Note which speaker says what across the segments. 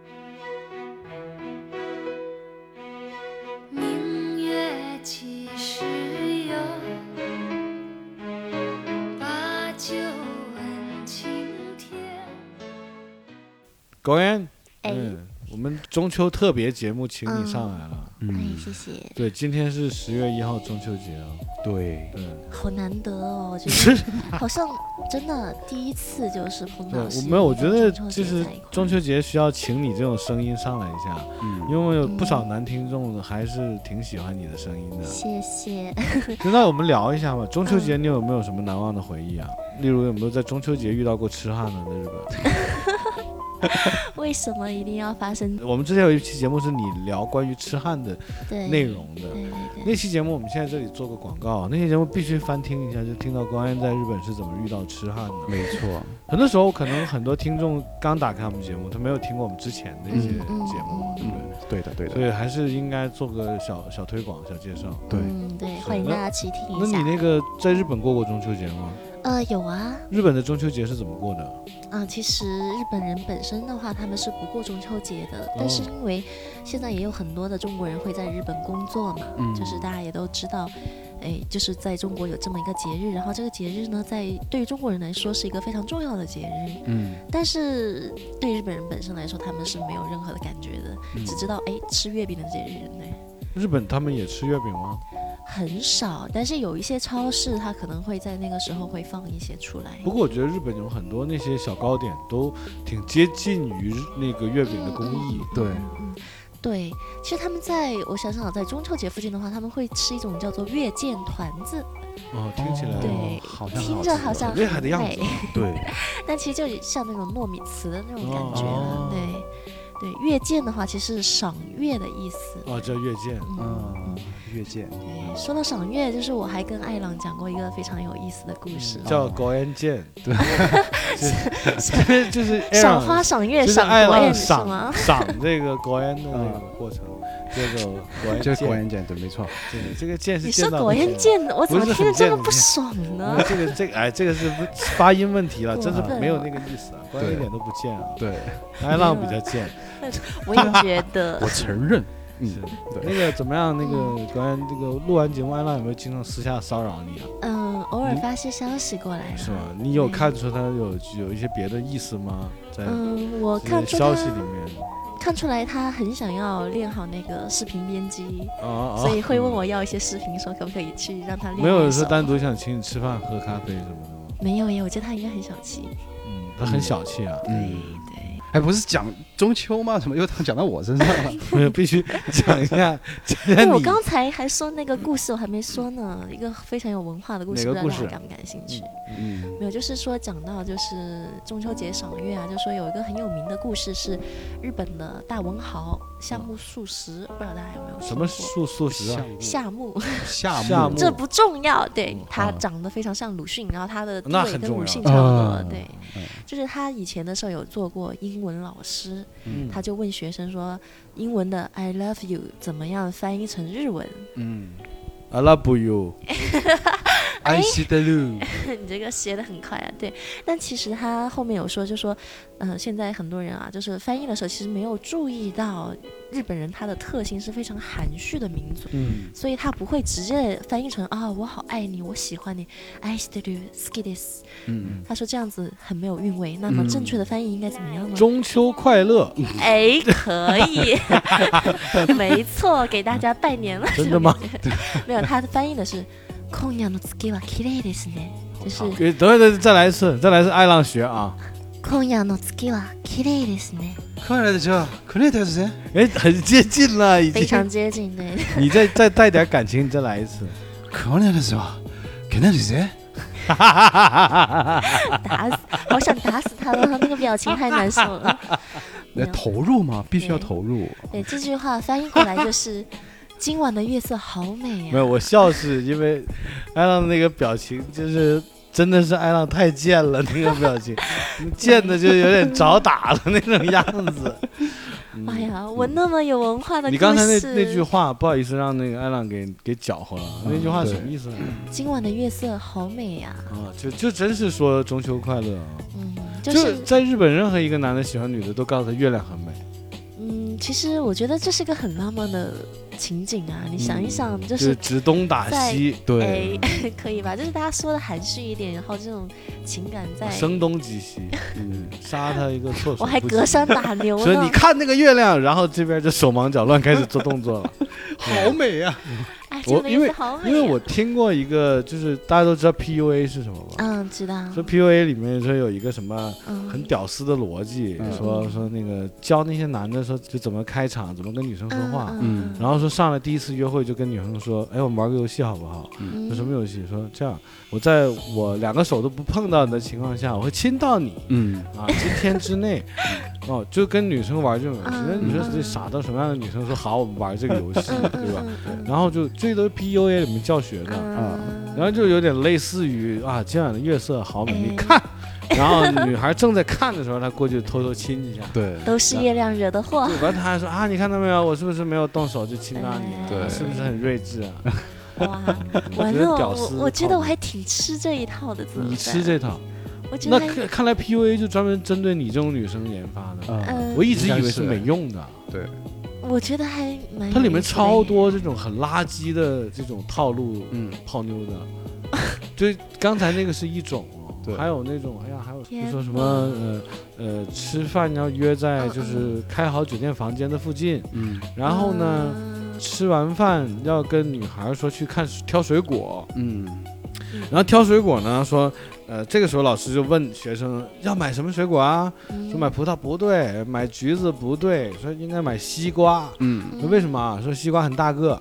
Speaker 1: 嗯狗眼，
Speaker 2: 哎
Speaker 1: 嗯，我们中秋特别节目请你上来了。
Speaker 2: 哎，
Speaker 3: 嗯，
Speaker 2: 谢谢，
Speaker 1: 对，今天是十月一号中秋节啊。
Speaker 3: 对，
Speaker 1: 对，
Speaker 2: 好难得哦，我觉得好像真的第一次就是碰
Speaker 1: 对，
Speaker 2: 到
Speaker 1: 我
Speaker 2: 是
Speaker 1: 没有，我觉得
Speaker 2: 中秋
Speaker 1: 就
Speaker 2: 节
Speaker 1: 是
Speaker 2: 在一块儿
Speaker 1: 中秋节需要请你这种声音上来一下，因为
Speaker 3: 嗯，
Speaker 1: 我有不少男听众还是挺喜欢你的声音的。
Speaker 2: 谢谢。
Speaker 1: 就那我们聊一下吧，中秋节你有没有什么难忘的回忆啊？
Speaker 2: 嗯
Speaker 1: 例如有没有在中秋节遇到过痴汉呢？在日本，
Speaker 2: 为什么一定要发生？
Speaker 1: 我们之前有一期节目是你聊关于痴汉的
Speaker 2: 对，
Speaker 1: 内容的。
Speaker 2: 对对对，
Speaker 1: 那期节目我们现在这里做个广告，那期节目必须翻听一下，就听到光彦在日本是怎么遇到痴汉的。
Speaker 3: 没错，
Speaker 1: 很多时候可能很多听众刚打开我们节目，他没有听过我们之前的一些
Speaker 2: 嗯嗯
Speaker 1: 节目，对不对
Speaker 3: 嗯，对的，对的
Speaker 1: 所，以还是应该做个小小推广、小介绍。
Speaker 3: 对
Speaker 2: 嗯对，欢迎
Speaker 1: 那
Speaker 2: 大家去
Speaker 3: 嗯
Speaker 2: 听
Speaker 1: 那
Speaker 2: 一
Speaker 1: 你
Speaker 2: 下。
Speaker 1: 那个在日本过过中秋节吗？
Speaker 2: 呃，有啊，
Speaker 1: 日本的中秋节是怎么过的？
Speaker 2: 啊、其实日本人本身的话，他们是不过中秋节的，但
Speaker 3: 哦
Speaker 2: 是因为现在也有很多的中国人会在日本工作嘛，
Speaker 3: 嗯
Speaker 2: 就是大家也都知道，哎，就是在中国有这么一个节日，然后这个节日呢，在对于中国人来说是一个非常重要的节日，
Speaker 3: 嗯，
Speaker 2: 但是对日本人本身来说，他们是没有任何的感觉的，
Speaker 3: 嗯
Speaker 2: 只知道哎吃月饼的节日，对。
Speaker 1: 日本他们也吃月饼吗？
Speaker 2: 很少，但是有一些超市，它可能会在那个时候会放一些出来。
Speaker 1: 不过我觉得日本有很多那些小糕点都挺接近于那个月饼的工艺。
Speaker 3: 对，
Speaker 2: 嗯对，其实他们在我想想啊，在中秋节附近的话，他们会吃一种叫做月见团子，
Speaker 1: 哦，听起来
Speaker 3: 哦
Speaker 2: 对
Speaker 3: 好像
Speaker 2: 听着好
Speaker 3: 吃
Speaker 2: 像
Speaker 1: 厉害的样
Speaker 2: 美
Speaker 1: 子，
Speaker 3: 对，
Speaker 2: 但其实就像那种糯米糍的那种感觉
Speaker 1: 哦
Speaker 2: 了。对，对，月见的话其实是赏月的意思。
Speaker 1: 哦，叫月见。
Speaker 2: 嗯，
Speaker 3: 嗯，越界，
Speaker 2: 对，说到赏月，就是我还跟艾朗讲过一个非常有意思的故事。
Speaker 1: 嗯
Speaker 2: 啊
Speaker 1: 叫高安剑，
Speaker 3: 哦对，
Speaker 1: 就是就是
Speaker 2: 赏
Speaker 1: Aaron-
Speaker 2: 花、赏月、
Speaker 1: 就是
Speaker 2: 赏
Speaker 1: 爱
Speaker 2: 国宴
Speaker 1: 浪
Speaker 2: 是吗
Speaker 1: 赏？ 赏这个国安的那个过程，这 个国安
Speaker 3: 哎这嗯是果
Speaker 1: 剑，
Speaker 3: 然讲对，没错，
Speaker 1: 对这个剑是
Speaker 2: 你
Speaker 1: 见
Speaker 2: 说
Speaker 1: 到
Speaker 2: 国宴见，我怎么
Speaker 1: 不是
Speaker 2: 听着
Speaker 1: 很见
Speaker 2: 这么
Speaker 1: 不
Speaker 2: 不
Speaker 1: 见
Speaker 2: 爽呢
Speaker 1: 那？这个这个哎，这个是不发音问题了，真的没有那个意思啊，国安
Speaker 3: 对
Speaker 1: 一点都不贱啊，
Speaker 3: 对，
Speaker 1: 爱浪比较贱。
Speaker 2: 我也觉得
Speaker 3: 我承认，嗯
Speaker 1: 是，那
Speaker 3: 对，
Speaker 1: 个怎么样？那
Speaker 2: 嗯
Speaker 1: 个国安这个录完节目，爱浪有没有经常私下骚扰你啊？
Speaker 2: 嗯，偶尔发些消息过
Speaker 3: 嗯
Speaker 2: 来了。啊
Speaker 1: 是吗？你有
Speaker 2: 对
Speaker 1: 看出他有有一些别的意思吗？在
Speaker 2: 嗯，我
Speaker 1: 这
Speaker 2: 看
Speaker 1: 些
Speaker 2: 出
Speaker 1: 消息
Speaker 2: 他
Speaker 1: 里面
Speaker 2: 看出来他很想要练好那个视频编辑，
Speaker 3: 哦
Speaker 1: 啊啊
Speaker 2: 所，以会问我要一些视频，说可不可以去让他练。
Speaker 1: 没有说
Speaker 2: 说
Speaker 1: 单独想请你吃饭、喝咖啡什么的吗？
Speaker 2: 没有耶，我觉得他应该很小气。
Speaker 1: 嗯，他很小气啊。
Speaker 3: 嗯。
Speaker 2: 对，
Speaker 3: 哎，不是讲中秋吗？怎么又讲到我身上了？
Speaker 1: 没有， 必须讲一下，讲一下
Speaker 2: 哎，我
Speaker 1: 你
Speaker 2: 刚才还说那个故事，我还没说呢，一个非常有文化的故事，
Speaker 1: 哪
Speaker 2: 不知道
Speaker 1: 个故
Speaker 2: 大
Speaker 1: 事
Speaker 2: 家感不感兴趣？
Speaker 3: 嗯，
Speaker 2: 没有，就是说讲到就是中秋节赏月啊，就说有一个很有名的故事是日本的大文豪夏目漱石，不知道大家有没有
Speaker 1: 嗯什
Speaker 2: 听过？
Speaker 1: 么素素食啊？
Speaker 2: 夏目，
Speaker 3: 夏
Speaker 1: 夏目
Speaker 3: 目
Speaker 2: 这不重要，对
Speaker 1: 嗯
Speaker 2: 他
Speaker 1: 好
Speaker 2: 长得非常像鲁迅，然后他的地
Speaker 1: 那
Speaker 2: 位
Speaker 1: 很
Speaker 2: 跟
Speaker 1: 重
Speaker 2: 鲁
Speaker 1: 要
Speaker 2: 迅差不多
Speaker 3: 啊，
Speaker 2: 对
Speaker 3: 嗯，
Speaker 2: 就是他以前的时候有做过英文老师，
Speaker 1: 嗯
Speaker 2: 他就问学生说英文的 I love you 怎么样翻译成日文？
Speaker 3: 嗯，
Speaker 1: 阿拉不有，
Speaker 2: 哎
Speaker 3: 爱惜的路，
Speaker 2: 你这个学的很快啊，对。但其实他后面有说，就说，嗯、现在很多人啊，就是翻译的时候其实没有注意到日本人他的特性是非常含蓄的民族。
Speaker 3: 嗯，
Speaker 2: 所以他不会直接翻译成啊、我好爱你，我喜欢你，I still do, ski this，
Speaker 3: 嗯，
Speaker 2: 他说这样子很没有韵味，那么正确的翻译应该怎么样呢？
Speaker 1: 中秋快乐，
Speaker 2: 哎，可以， 没错，给大家拜年了。
Speaker 1: 真的吗？
Speaker 2: 没有，他的翻译的是“今夜の月は綺麗ですね”，就是
Speaker 1: 给等会儿再再来一次，再来一次爱浪学啊！
Speaker 2: “今夜の月は綺麗です ね
Speaker 3: 快来的车，快来的车，
Speaker 1: 哎，很接近了，已”，
Speaker 2: 非
Speaker 1: 经。
Speaker 2: 常接近对。
Speaker 1: 你再再带点感情，你再来一次。
Speaker 3: 快来的车，快来的车，
Speaker 2: 打死，好想打死他了，他那个表情太难受 了。
Speaker 3: 那投入嘛，必须要
Speaker 2: 对
Speaker 3: 投入，
Speaker 2: 对，这句话翻译过来就是“今晚的月色好美啊
Speaker 1: 没
Speaker 2: 呀、
Speaker 1: 有，我笑是因 为爱浪那个表情，就是真的是爱浪太贱了，那个表 情，贱的就有点找打了那种样子。嗯
Speaker 2: 哎呀，我那么有文化的故事，
Speaker 1: 你刚才那那句话，不好意思让那个艾浪给给搅和了。那句话什么 意思啊？
Speaker 2: 今晚的月色好美呀、
Speaker 1: 啊，就就真是说中秋快乐啊！
Speaker 2: 嗯，就是
Speaker 1: 在日本，任何一个男的喜欢女的都告诉他月亮很美。
Speaker 2: 嗯，其实我觉得这是个很浪漫的情景啊！你想一想，就
Speaker 1: 嗯就是是指东打西，
Speaker 3: 对，
Speaker 2: 哎， 可以吧？就是大家说的含蓄一点，然后这种情感在。
Speaker 1: 声东击西，嗯，杀他一个措手不及。
Speaker 2: 我还隔山打牛
Speaker 1: 所以你
Speaker 2: 呢，
Speaker 1: 看那个月亮，然后这边就手忙脚乱开始做动作
Speaker 3: 哎
Speaker 1: 了。
Speaker 3: 好美啊！
Speaker 2: 哎，这
Speaker 1: 我
Speaker 2: 个
Speaker 1: 因
Speaker 2: 名
Speaker 1: 为
Speaker 2: 字好美、啊。
Speaker 1: 因为我听过一个，就是大家都知道 PUA 是什么
Speaker 3: 啊
Speaker 1: 吧？
Speaker 2: 嗯知道，
Speaker 1: 说 PUA 里面说有一个什么
Speaker 2: 嗯
Speaker 1: 很屌丝的逻辑，
Speaker 3: 嗯
Speaker 1: 说说那个教那些男的说就怎么开场，怎么跟女生说话，
Speaker 3: 嗯
Speaker 1: 然后说上来第一次约会就跟女生说，哎，我们玩个游戏好不好？
Speaker 2: 后
Speaker 3: 嗯
Speaker 1: 说什么游戏？说这样，我在我两个手都不碰到你的情况下，我会亲到你
Speaker 3: 嗯，
Speaker 1: 啊，今天 之内，哦，就跟女生玩这种游戏。那
Speaker 2: 嗯
Speaker 1: 你说
Speaker 2: 嗯
Speaker 1: 这傻到什么样的女生说好，我们玩这个游戏，对吧？？
Speaker 2: 嗯
Speaker 1: 然后就这都是 PUA 里面教学的，
Speaker 3: 啊
Speaker 1: 然后就有点类似于啊，今晚的月色好美，
Speaker 2: 哎
Speaker 1: 你看，然后女孩正在看的时候，她过去偷偷亲一下，
Speaker 3: 对，
Speaker 2: 都是月亮惹的祸。
Speaker 1: 完她还说啊，你看到没有，我是不是没有动手就亲到你了？啊
Speaker 3: 对
Speaker 1: 是不是很睿智啊？
Speaker 2: 哇，
Speaker 1: 我
Speaker 2: 完
Speaker 1: 觉得
Speaker 2: 了，
Speaker 1: 屌
Speaker 2: 我
Speaker 1: 丝
Speaker 2: 我觉
Speaker 1: 套
Speaker 2: 得
Speaker 1: 路
Speaker 2: 我还挺吃这一套的，怎么
Speaker 1: 你
Speaker 2: 办？
Speaker 1: 吃这套，
Speaker 2: 我觉
Speaker 1: 那
Speaker 2: 得还
Speaker 1: 看看来 PUA 就专门针对你这种女生研发的。
Speaker 3: 啊，
Speaker 2: 嗯
Speaker 1: 我一直以为是没用的，
Speaker 2: 我觉得还蛮
Speaker 1: 它里
Speaker 2: 有
Speaker 1: 面
Speaker 2: 意思的
Speaker 1: 超
Speaker 2: 耶。
Speaker 1: 多这种很垃圾的这种套路
Speaker 3: 嗯，
Speaker 1: 泡妞 的。就刚才那个是一种哦，
Speaker 3: 对
Speaker 1: 还有那种，哎呀，还有就
Speaker 2: 天
Speaker 1: 说什
Speaker 2: 哪
Speaker 1: 么呃呃，吃饭要约在
Speaker 2: 嗯
Speaker 1: 就是开好酒店房间的附近，
Speaker 3: 嗯
Speaker 1: 然后呢，
Speaker 2: 嗯？
Speaker 1: 吃完饭要跟女孩说去看挑水果，
Speaker 3: 嗯，
Speaker 1: 然后挑水果呢说，呃，这个时候老师就问学生要买什么水果啊？
Speaker 2: 嗯
Speaker 1: 说买葡萄不对，买橘子不对，说应该买西瓜。
Speaker 3: 嗯，
Speaker 1: 那为什么啊？说西瓜很大个，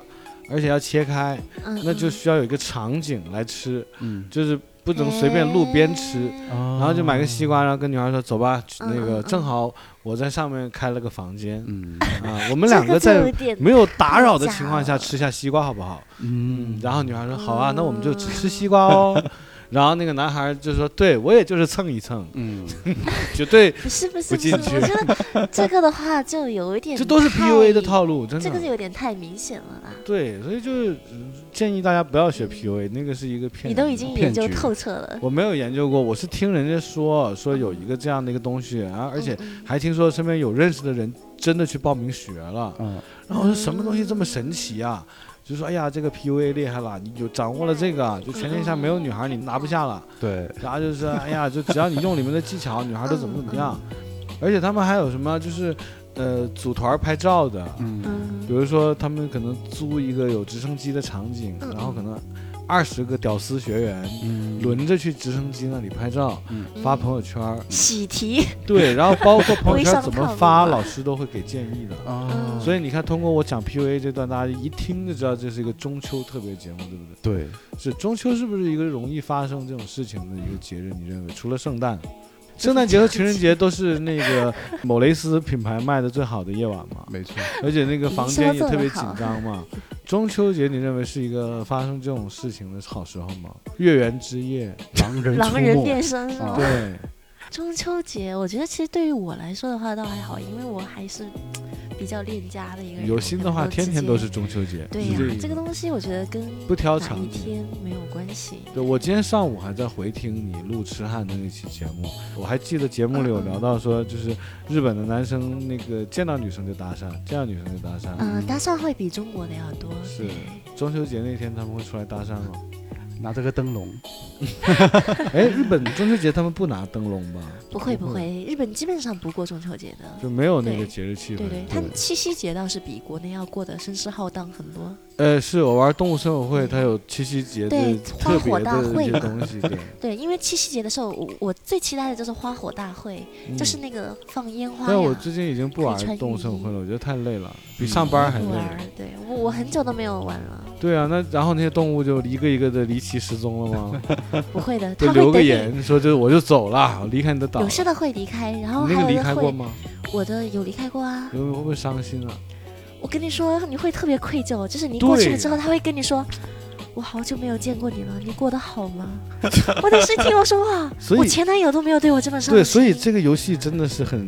Speaker 1: 而且要切开，
Speaker 2: 嗯？
Speaker 1: 那就需要有一个场景来吃，
Speaker 3: 嗯，
Speaker 1: 就是不能随便路边吃。
Speaker 2: 哎
Speaker 1: 然
Speaker 3: 然
Speaker 1: 后就买个西瓜，然后跟女孩说：“走吧，去
Speaker 2: 嗯
Speaker 1: 那
Speaker 2: 嗯
Speaker 1: 个
Speaker 2: 嗯
Speaker 1: 正好我在上面开了个房间
Speaker 3: 嗯
Speaker 1: 啊， 我们两个在没有打扰的情况
Speaker 2: 假
Speaker 1: 下
Speaker 2: 了
Speaker 1: 吃下西瓜好不好？”
Speaker 3: 嗯，
Speaker 1: 然后女孩说：“好啊，那我们就
Speaker 2: 嗯
Speaker 1: 只吃西瓜哦。” 然后那个男孩就说：“对我也就是蹭一蹭，
Speaker 3: 嗯，
Speaker 1: 绝对
Speaker 2: 不是不
Speaker 1: 不
Speaker 2: 是不
Speaker 1: 进
Speaker 2: 是，我觉得这个的话就有一点
Speaker 1: 这都是
Speaker 2: 太
Speaker 1: PUA 的，套路，真
Speaker 2: 这
Speaker 1: 的
Speaker 2: 个。”有点太明显了啦。
Speaker 1: 对，所以就是嗯建议大家不要学 PUA，那个是一个骗人的。
Speaker 2: 你都已经研
Speaker 3: 骗
Speaker 2: 究
Speaker 3: 局
Speaker 2: 透彻了，
Speaker 1: 我没有研究过，我是听人家说说有一个这样的一个东西，啊，而且
Speaker 2: 嗯
Speaker 1: 还听说身边有认识的人真的去报名学了。
Speaker 3: 啊，
Speaker 1: 然后我说什么东西这么神奇啊？就说哎呀，这个 PUA 厉害了，你有掌握了这个，就全天下没有女孩你拿不下了。
Speaker 3: 对，
Speaker 1: 然后就是哎呀，就只要你用里面的技巧，女孩都怎么怎么样。而且他们还有什么就是呃组团拍照的，
Speaker 3: 嗯
Speaker 1: 比
Speaker 2: 嗯
Speaker 1: 如说他们可能租一个有直升机的场景，
Speaker 2: 嗯
Speaker 1: 然后可能二十个屌丝学员
Speaker 3: 嗯，
Speaker 1: 轮着去直升机那里拍照，
Speaker 2: 嗯
Speaker 1: 发朋友圈儿。
Speaker 2: 喜提，
Speaker 1: 对，然后包括朋
Speaker 2: 微
Speaker 1: 友圈
Speaker 2: 商
Speaker 1: 怎
Speaker 2: 套
Speaker 1: 么
Speaker 2: 路
Speaker 1: 发，
Speaker 2: 嘛
Speaker 1: 老师都会给建议的。
Speaker 3: 啊，
Speaker 1: 所以你看，通过我讲 PUA 这段，大家一听就知道这是一个中秋特别节目，对不对？
Speaker 3: 对，
Speaker 1: 是中秋是不是一个容易发生这种事情的一个节日？你认为？除了圣诞，圣诞节和情人节都是那 个某蕾丝品牌卖的最好的夜晚嘛，
Speaker 3: 没错，
Speaker 1: 而且那个房间也特别紧
Speaker 2: 营销做
Speaker 1: 张 嘛。中秋节你认为是一个发生这种事情的好时候吗？月圆之夜，
Speaker 3: 狼人
Speaker 2: 狼人变身是
Speaker 3: 啊
Speaker 2: 吗？
Speaker 1: 对，
Speaker 2: 中秋节，我觉得其实对于我来说的话倒还好，因为我还是比较恋家的一个人。
Speaker 1: 有心的话
Speaker 2: 我跟
Speaker 1: 天
Speaker 2: 朋友之
Speaker 1: 天都
Speaker 2: 间
Speaker 1: 是。中秋节。
Speaker 2: 对
Speaker 1: 你
Speaker 2: 呀、
Speaker 1: 这
Speaker 2: 这个东西我觉得跟
Speaker 1: 不挑
Speaker 2: 哪一
Speaker 1: 场景。
Speaker 2: 天没有关系。
Speaker 1: 对，我今天上午还在回听你录痴汉的那期节目，我还记得节目
Speaker 2: 嗯
Speaker 1: 里有聊到说，就是日本的男生那个见到女生就搭讪，见到女生就搭讪。
Speaker 2: 嗯、搭讪会比中国的要多。
Speaker 1: 是中秋节那天他们会出来搭讪吗？
Speaker 3: 拿着个灯笼，
Speaker 1: 哎，日本中秋节他们不拿灯笼吧？
Speaker 2: 不会不
Speaker 1: 不
Speaker 2: 会，日本基本上不过中秋节的。
Speaker 1: 就没有那个
Speaker 2: 对
Speaker 1: 节日气氛。
Speaker 2: 对对，他们七夕节倒是比国内要过得声势浩荡很多。
Speaker 1: 呃，是我玩动物森友会，它有七夕节的
Speaker 2: 嗯对花
Speaker 1: 特
Speaker 2: 火
Speaker 1: 别
Speaker 2: 大
Speaker 1: 的一
Speaker 2: 会
Speaker 1: 些
Speaker 2: 嘛
Speaker 1: 东 西，对，
Speaker 2: 对，因为七夕节的时候，我我最期待的就是花火大会，
Speaker 1: 嗯
Speaker 2: 就是那个放烟花
Speaker 1: 但我
Speaker 2: 呀。
Speaker 1: 最近已经
Speaker 2: 可
Speaker 1: 不
Speaker 2: 以
Speaker 1: 玩
Speaker 2: 穿
Speaker 1: 动物森友
Speaker 2: 浴衣
Speaker 1: 会了，我觉得太累了，比
Speaker 3: 嗯
Speaker 1: 上班还
Speaker 2: 不
Speaker 1: 累。
Speaker 2: 玩儿，对我我很久都没有玩了。
Speaker 1: 对啊，那然后那些动物就一个一个的离奇失踪了 吗？
Speaker 2: 不会的，
Speaker 1: 就
Speaker 2: 他
Speaker 1: 留
Speaker 2: 会
Speaker 1: 个
Speaker 2: 等你。
Speaker 1: 言，说就我就走了，我离开你的岛了。
Speaker 2: 有些的会离开，然后
Speaker 1: 你那个
Speaker 2: 还
Speaker 1: 离
Speaker 2: 有
Speaker 1: 开
Speaker 2: 的
Speaker 1: 过
Speaker 2: 会，
Speaker 1: 吗？
Speaker 2: 我的有离开过啊。
Speaker 1: 有会不会伤心啊？
Speaker 2: 我跟你说，你会特别愧疚，就是你过去
Speaker 1: 对
Speaker 2: 了之后，他会跟你说：“我好久没有见过你了，你过得好吗？” 我当时听我说话，
Speaker 1: 所以
Speaker 2: 我前男友都没有对我这么上心，
Speaker 1: 对，所以这个游戏真的是很，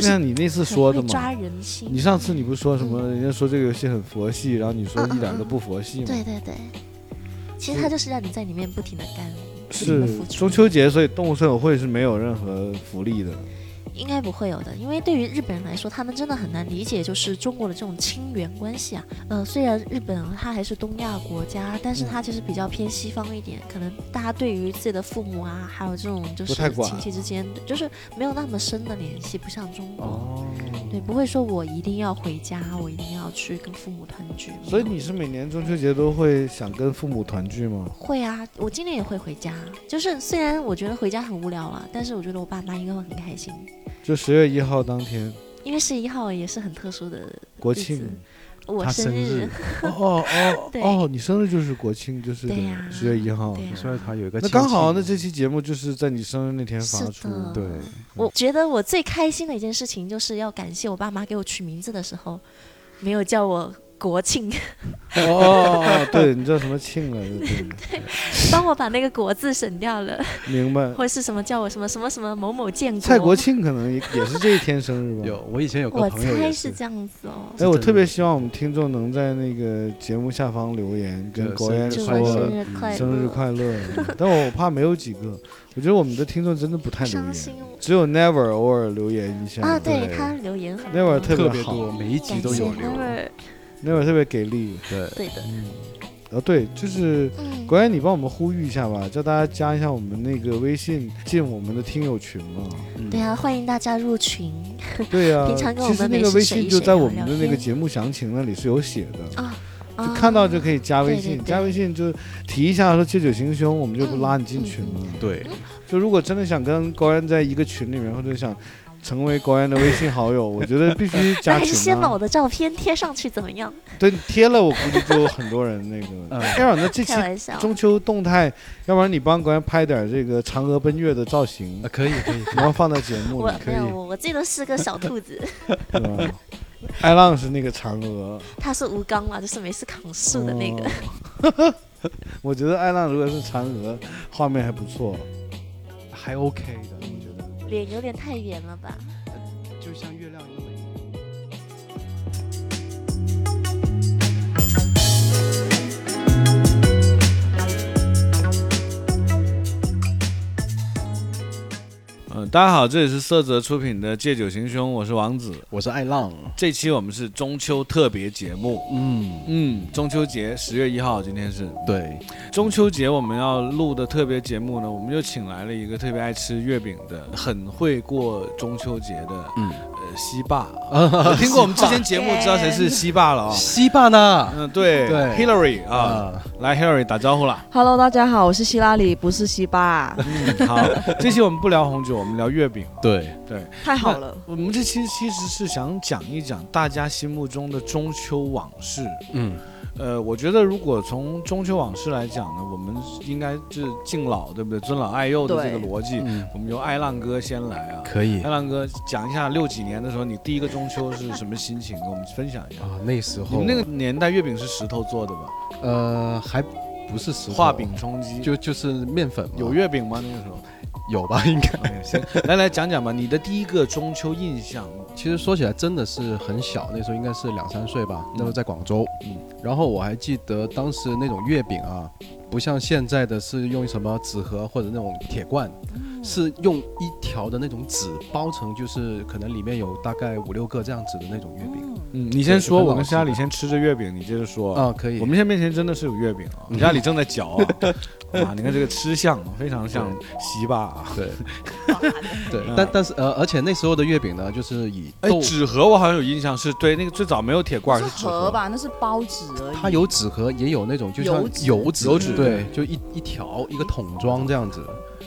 Speaker 2: 就是
Speaker 1: 像你那次
Speaker 2: 很
Speaker 1: 说的
Speaker 2: 会
Speaker 1: 嘛
Speaker 2: 抓。人心。
Speaker 1: 你上次你不是说什么？人家说这个游戏很佛系，然后你说
Speaker 2: 嗯嗯
Speaker 1: 一点都不佛系嘛。
Speaker 2: 对对对，其实他就是让你在里面不停的干，不停地
Speaker 1: 是
Speaker 2: 付出
Speaker 1: 中秋节，所以动物森友会是没有任何福利的。
Speaker 2: 应该不会有的，因为对于日本人来说，他们真的很难理解就是中国的这种亲缘关系啊。呃，虽然日本它还是东亚国家，但是它
Speaker 1: 嗯
Speaker 2: 其实比较偏西方一点，可能大家对于自己的父母啊，还有这种就
Speaker 1: 不
Speaker 2: 是
Speaker 1: 太管
Speaker 2: 亲戚之间，就是没有那么深的联系，不像中国。
Speaker 1: 哦，
Speaker 2: 对，不会说我一定要回家，我一定要去跟父母团聚。
Speaker 1: 所以你是每年中秋节都会想跟父母团聚吗？
Speaker 2: 会啊，我今年也会回家。就是虽然我觉得回家很无聊了，但是我觉得我爸妈应该会很开心，
Speaker 1: 就十月一号当天，
Speaker 2: 因为十一号也是很特殊的
Speaker 1: 国
Speaker 2: 日子
Speaker 1: 庆。
Speaker 2: 我
Speaker 3: 他生
Speaker 2: 日
Speaker 3: 日。，
Speaker 1: 哦哦
Speaker 2: 对
Speaker 1: 哦，你生日就是国庆，就是
Speaker 2: 对呀
Speaker 1: 十月一号。
Speaker 2: 对呀啊
Speaker 3: 所以他有一个
Speaker 1: 那刚好，
Speaker 3: 亲
Speaker 1: 那
Speaker 3: 戚
Speaker 1: 这期节目就是在你生日那天发
Speaker 2: 是
Speaker 1: 出。
Speaker 2: 的
Speaker 3: 对
Speaker 2: 我觉得我最开心的一件事情，就是要感谢我爸妈给我取名字的时候，没有叫我国庆，
Speaker 1: 哦哦哦，对，你叫什么庆来着？ 对，
Speaker 2: 帮我把那个“国”字省掉了，
Speaker 1: 明白。
Speaker 2: 或是什么叫我什么什么什么某某建国。
Speaker 1: 蔡国庆可能也也是这一天生日吧。
Speaker 3: 有，我以前有个
Speaker 2: 我
Speaker 3: 朋友
Speaker 2: 猜
Speaker 3: 也
Speaker 2: 是这样子哦。
Speaker 1: 哎，我
Speaker 3: 真的
Speaker 1: 特别希望我们听众能在那个节目下方留言，跟
Speaker 3: 对
Speaker 1: 国言
Speaker 2: 祝
Speaker 3: 生日
Speaker 2: 我
Speaker 1: 说
Speaker 2: 生日快乐！
Speaker 1: 生日快乐。但我怕没有几个，我觉得我们的听众真的不太留
Speaker 2: 伤
Speaker 1: 言，
Speaker 2: 心哦
Speaker 1: 只有 Never 偶尔留言一下。
Speaker 2: 啊！
Speaker 3: 对
Speaker 2: 对他留言很
Speaker 1: 那会儿
Speaker 2: 多
Speaker 1: 特别
Speaker 3: 别
Speaker 1: 好
Speaker 3: 多，每一集
Speaker 2: 感
Speaker 3: 都
Speaker 2: 谢
Speaker 3: 有
Speaker 2: 他
Speaker 3: 留。
Speaker 2: 们。
Speaker 1: ，Never 特别给力。
Speaker 3: 对，
Speaker 2: 对的，
Speaker 1: 嗯，哦对，就是
Speaker 2: 嗯，
Speaker 1: 国言，你帮我们呼吁一下吧，叫大家加一下我们那个微信，进我们的听友群 嘛。
Speaker 3: 嗯
Speaker 2: 对啊，欢迎大家入群
Speaker 1: 对呀、
Speaker 2: 平常跟我们
Speaker 1: 其实那
Speaker 2: 没
Speaker 1: 个
Speaker 2: 事
Speaker 1: 微
Speaker 2: 谁
Speaker 1: 信
Speaker 2: 一
Speaker 1: 就
Speaker 2: 谁
Speaker 1: 在
Speaker 2: 聊
Speaker 1: 我们的
Speaker 2: 聊
Speaker 1: 那个
Speaker 2: 天
Speaker 1: 节目详情那里是有写的。
Speaker 2: 啊，
Speaker 1: 就看到就可
Speaker 2: 以。
Speaker 1: 以加微
Speaker 2: 对对
Speaker 1: 信，
Speaker 2: 对
Speaker 1: 加微信就提一下说“九九行凶”，我们就不
Speaker 2: 嗯
Speaker 1: 拉你进
Speaker 2: 嗯
Speaker 1: 群了。
Speaker 3: 对，
Speaker 1: 就如果真的想跟高安在一个群里面，或者想成为高安的微信好 友，我觉得必须
Speaker 2: 那
Speaker 1: 加
Speaker 2: 还是
Speaker 1: 群
Speaker 2: 哎先把
Speaker 1: 啊
Speaker 2: 我。的照片贴上去怎么样？
Speaker 1: 对，你贴了我估计就有很多人那 个。
Speaker 3: 嗯
Speaker 1: 要不然那这期
Speaker 2: 开玩笑，
Speaker 1: 中秋动态，要不然你帮高安拍点这个嫦娥奔月的造型
Speaker 3: 啊，，可以可以，
Speaker 1: 然后放在节目
Speaker 2: 我
Speaker 1: 里，
Speaker 3: 可
Speaker 2: 没
Speaker 3: 以
Speaker 2: 有，我我最多是个小兔子，
Speaker 1: 对吧？艾浪是那个嫦娥，
Speaker 2: 它是吴刚嘛，就是没事扛树的那个。
Speaker 1: 哦。 我觉得艾浪如果是嫦娥，画面还不错。
Speaker 3: 还 OK 的，我觉 得，
Speaker 2: 脸有点太圆了吧？
Speaker 3: 就像月亮一样美。
Speaker 1: 嗯，大家好，这里是色泽出品的《借酒行凶》，我是王子。
Speaker 3: 我是爱浪，
Speaker 1: 这期我们是中秋特别节目，
Speaker 3: 嗯，
Speaker 1: 嗯，中秋节十月一号，今天是
Speaker 3: 对，
Speaker 1: 中秋节，我们要录的特别节目呢，我们就请来了一个特别爱吃月饼的，很会过中秋节的，
Speaker 3: 嗯，
Speaker 1: 呃，西 爸。我哦听过我们之前节目，知道谁 是西爸了啊、
Speaker 3: 西坝呢？
Speaker 1: 嗯，对
Speaker 3: 对
Speaker 1: ，Hillary 啊，，来，Hillary 打招呼 啦。
Speaker 4: Hello，大家好，我是希拉里，不是西 巴，
Speaker 1: 嗯，好，这期我们不聊红酒，我们聊月饼。
Speaker 3: 对，
Speaker 4: 太好了。
Speaker 1: 我们这期其实是想讲一讲大家心目中的中秋往事。
Speaker 3: 嗯，
Speaker 1: 呃，我觉得如果从中秋往事来讲呢，我们应该是敬老，对不对？尊老爱幼的这个
Speaker 4: 对
Speaker 1: 逻辑，
Speaker 3: 嗯，
Speaker 1: 我们由爱浪哥先来啊。
Speaker 3: 可以
Speaker 1: 爱浪哥讲一下六几年的时候，你第一个中秋是什么心情，给我们分享一下。
Speaker 3: 啊，那时
Speaker 1: 你
Speaker 3: 候
Speaker 1: 们那个年代月饼是石头做的吧？
Speaker 3: 呃，还不是石头
Speaker 1: 画饼，充饥，
Speaker 3: 就就是面粉嘛
Speaker 1: 有月饼吗？那个时 候
Speaker 3: 有吧？应该。
Speaker 1: OK，行，来来讲讲吧，你的第一个中秋印象。
Speaker 3: 其实说起来真的是很小，那时候应该是两三岁吧，那时候在广州。
Speaker 1: 嗯
Speaker 3: 嗯，然后我还记得当时那种月饼啊，不像现在的是用什么纸盒或者那种铁罐，
Speaker 1: 哦
Speaker 3: 是用一条的那种纸包成，就是可能里面有大概五六个这样子的那种月饼。
Speaker 1: 嗯，你先说，
Speaker 3: 对
Speaker 1: 我跟希拉里先吃着月饼，你接着说。
Speaker 3: 啊，可以。
Speaker 1: 哦我们现在面前真的是有月饼啊，我们家里正在嚼 啊，啊，你看这个吃相非常像席巴啊。
Speaker 3: 对对
Speaker 1: 嗯，
Speaker 3: 但但是呃，而且那时候的月饼呢，就是以
Speaker 1: 哎，
Speaker 3: 豆，
Speaker 1: 纸盒我好像有印象，是对那个最早没有铁罐
Speaker 4: 是
Speaker 1: 纸
Speaker 4: 盒，吧，那是包纸而已。
Speaker 3: 它有纸盒，也有那种就像
Speaker 4: 油纸
Speaker 3: 油纸，
Speaker 1: 油纸
Speaker 3: 对，就一一条一个桶装这样子。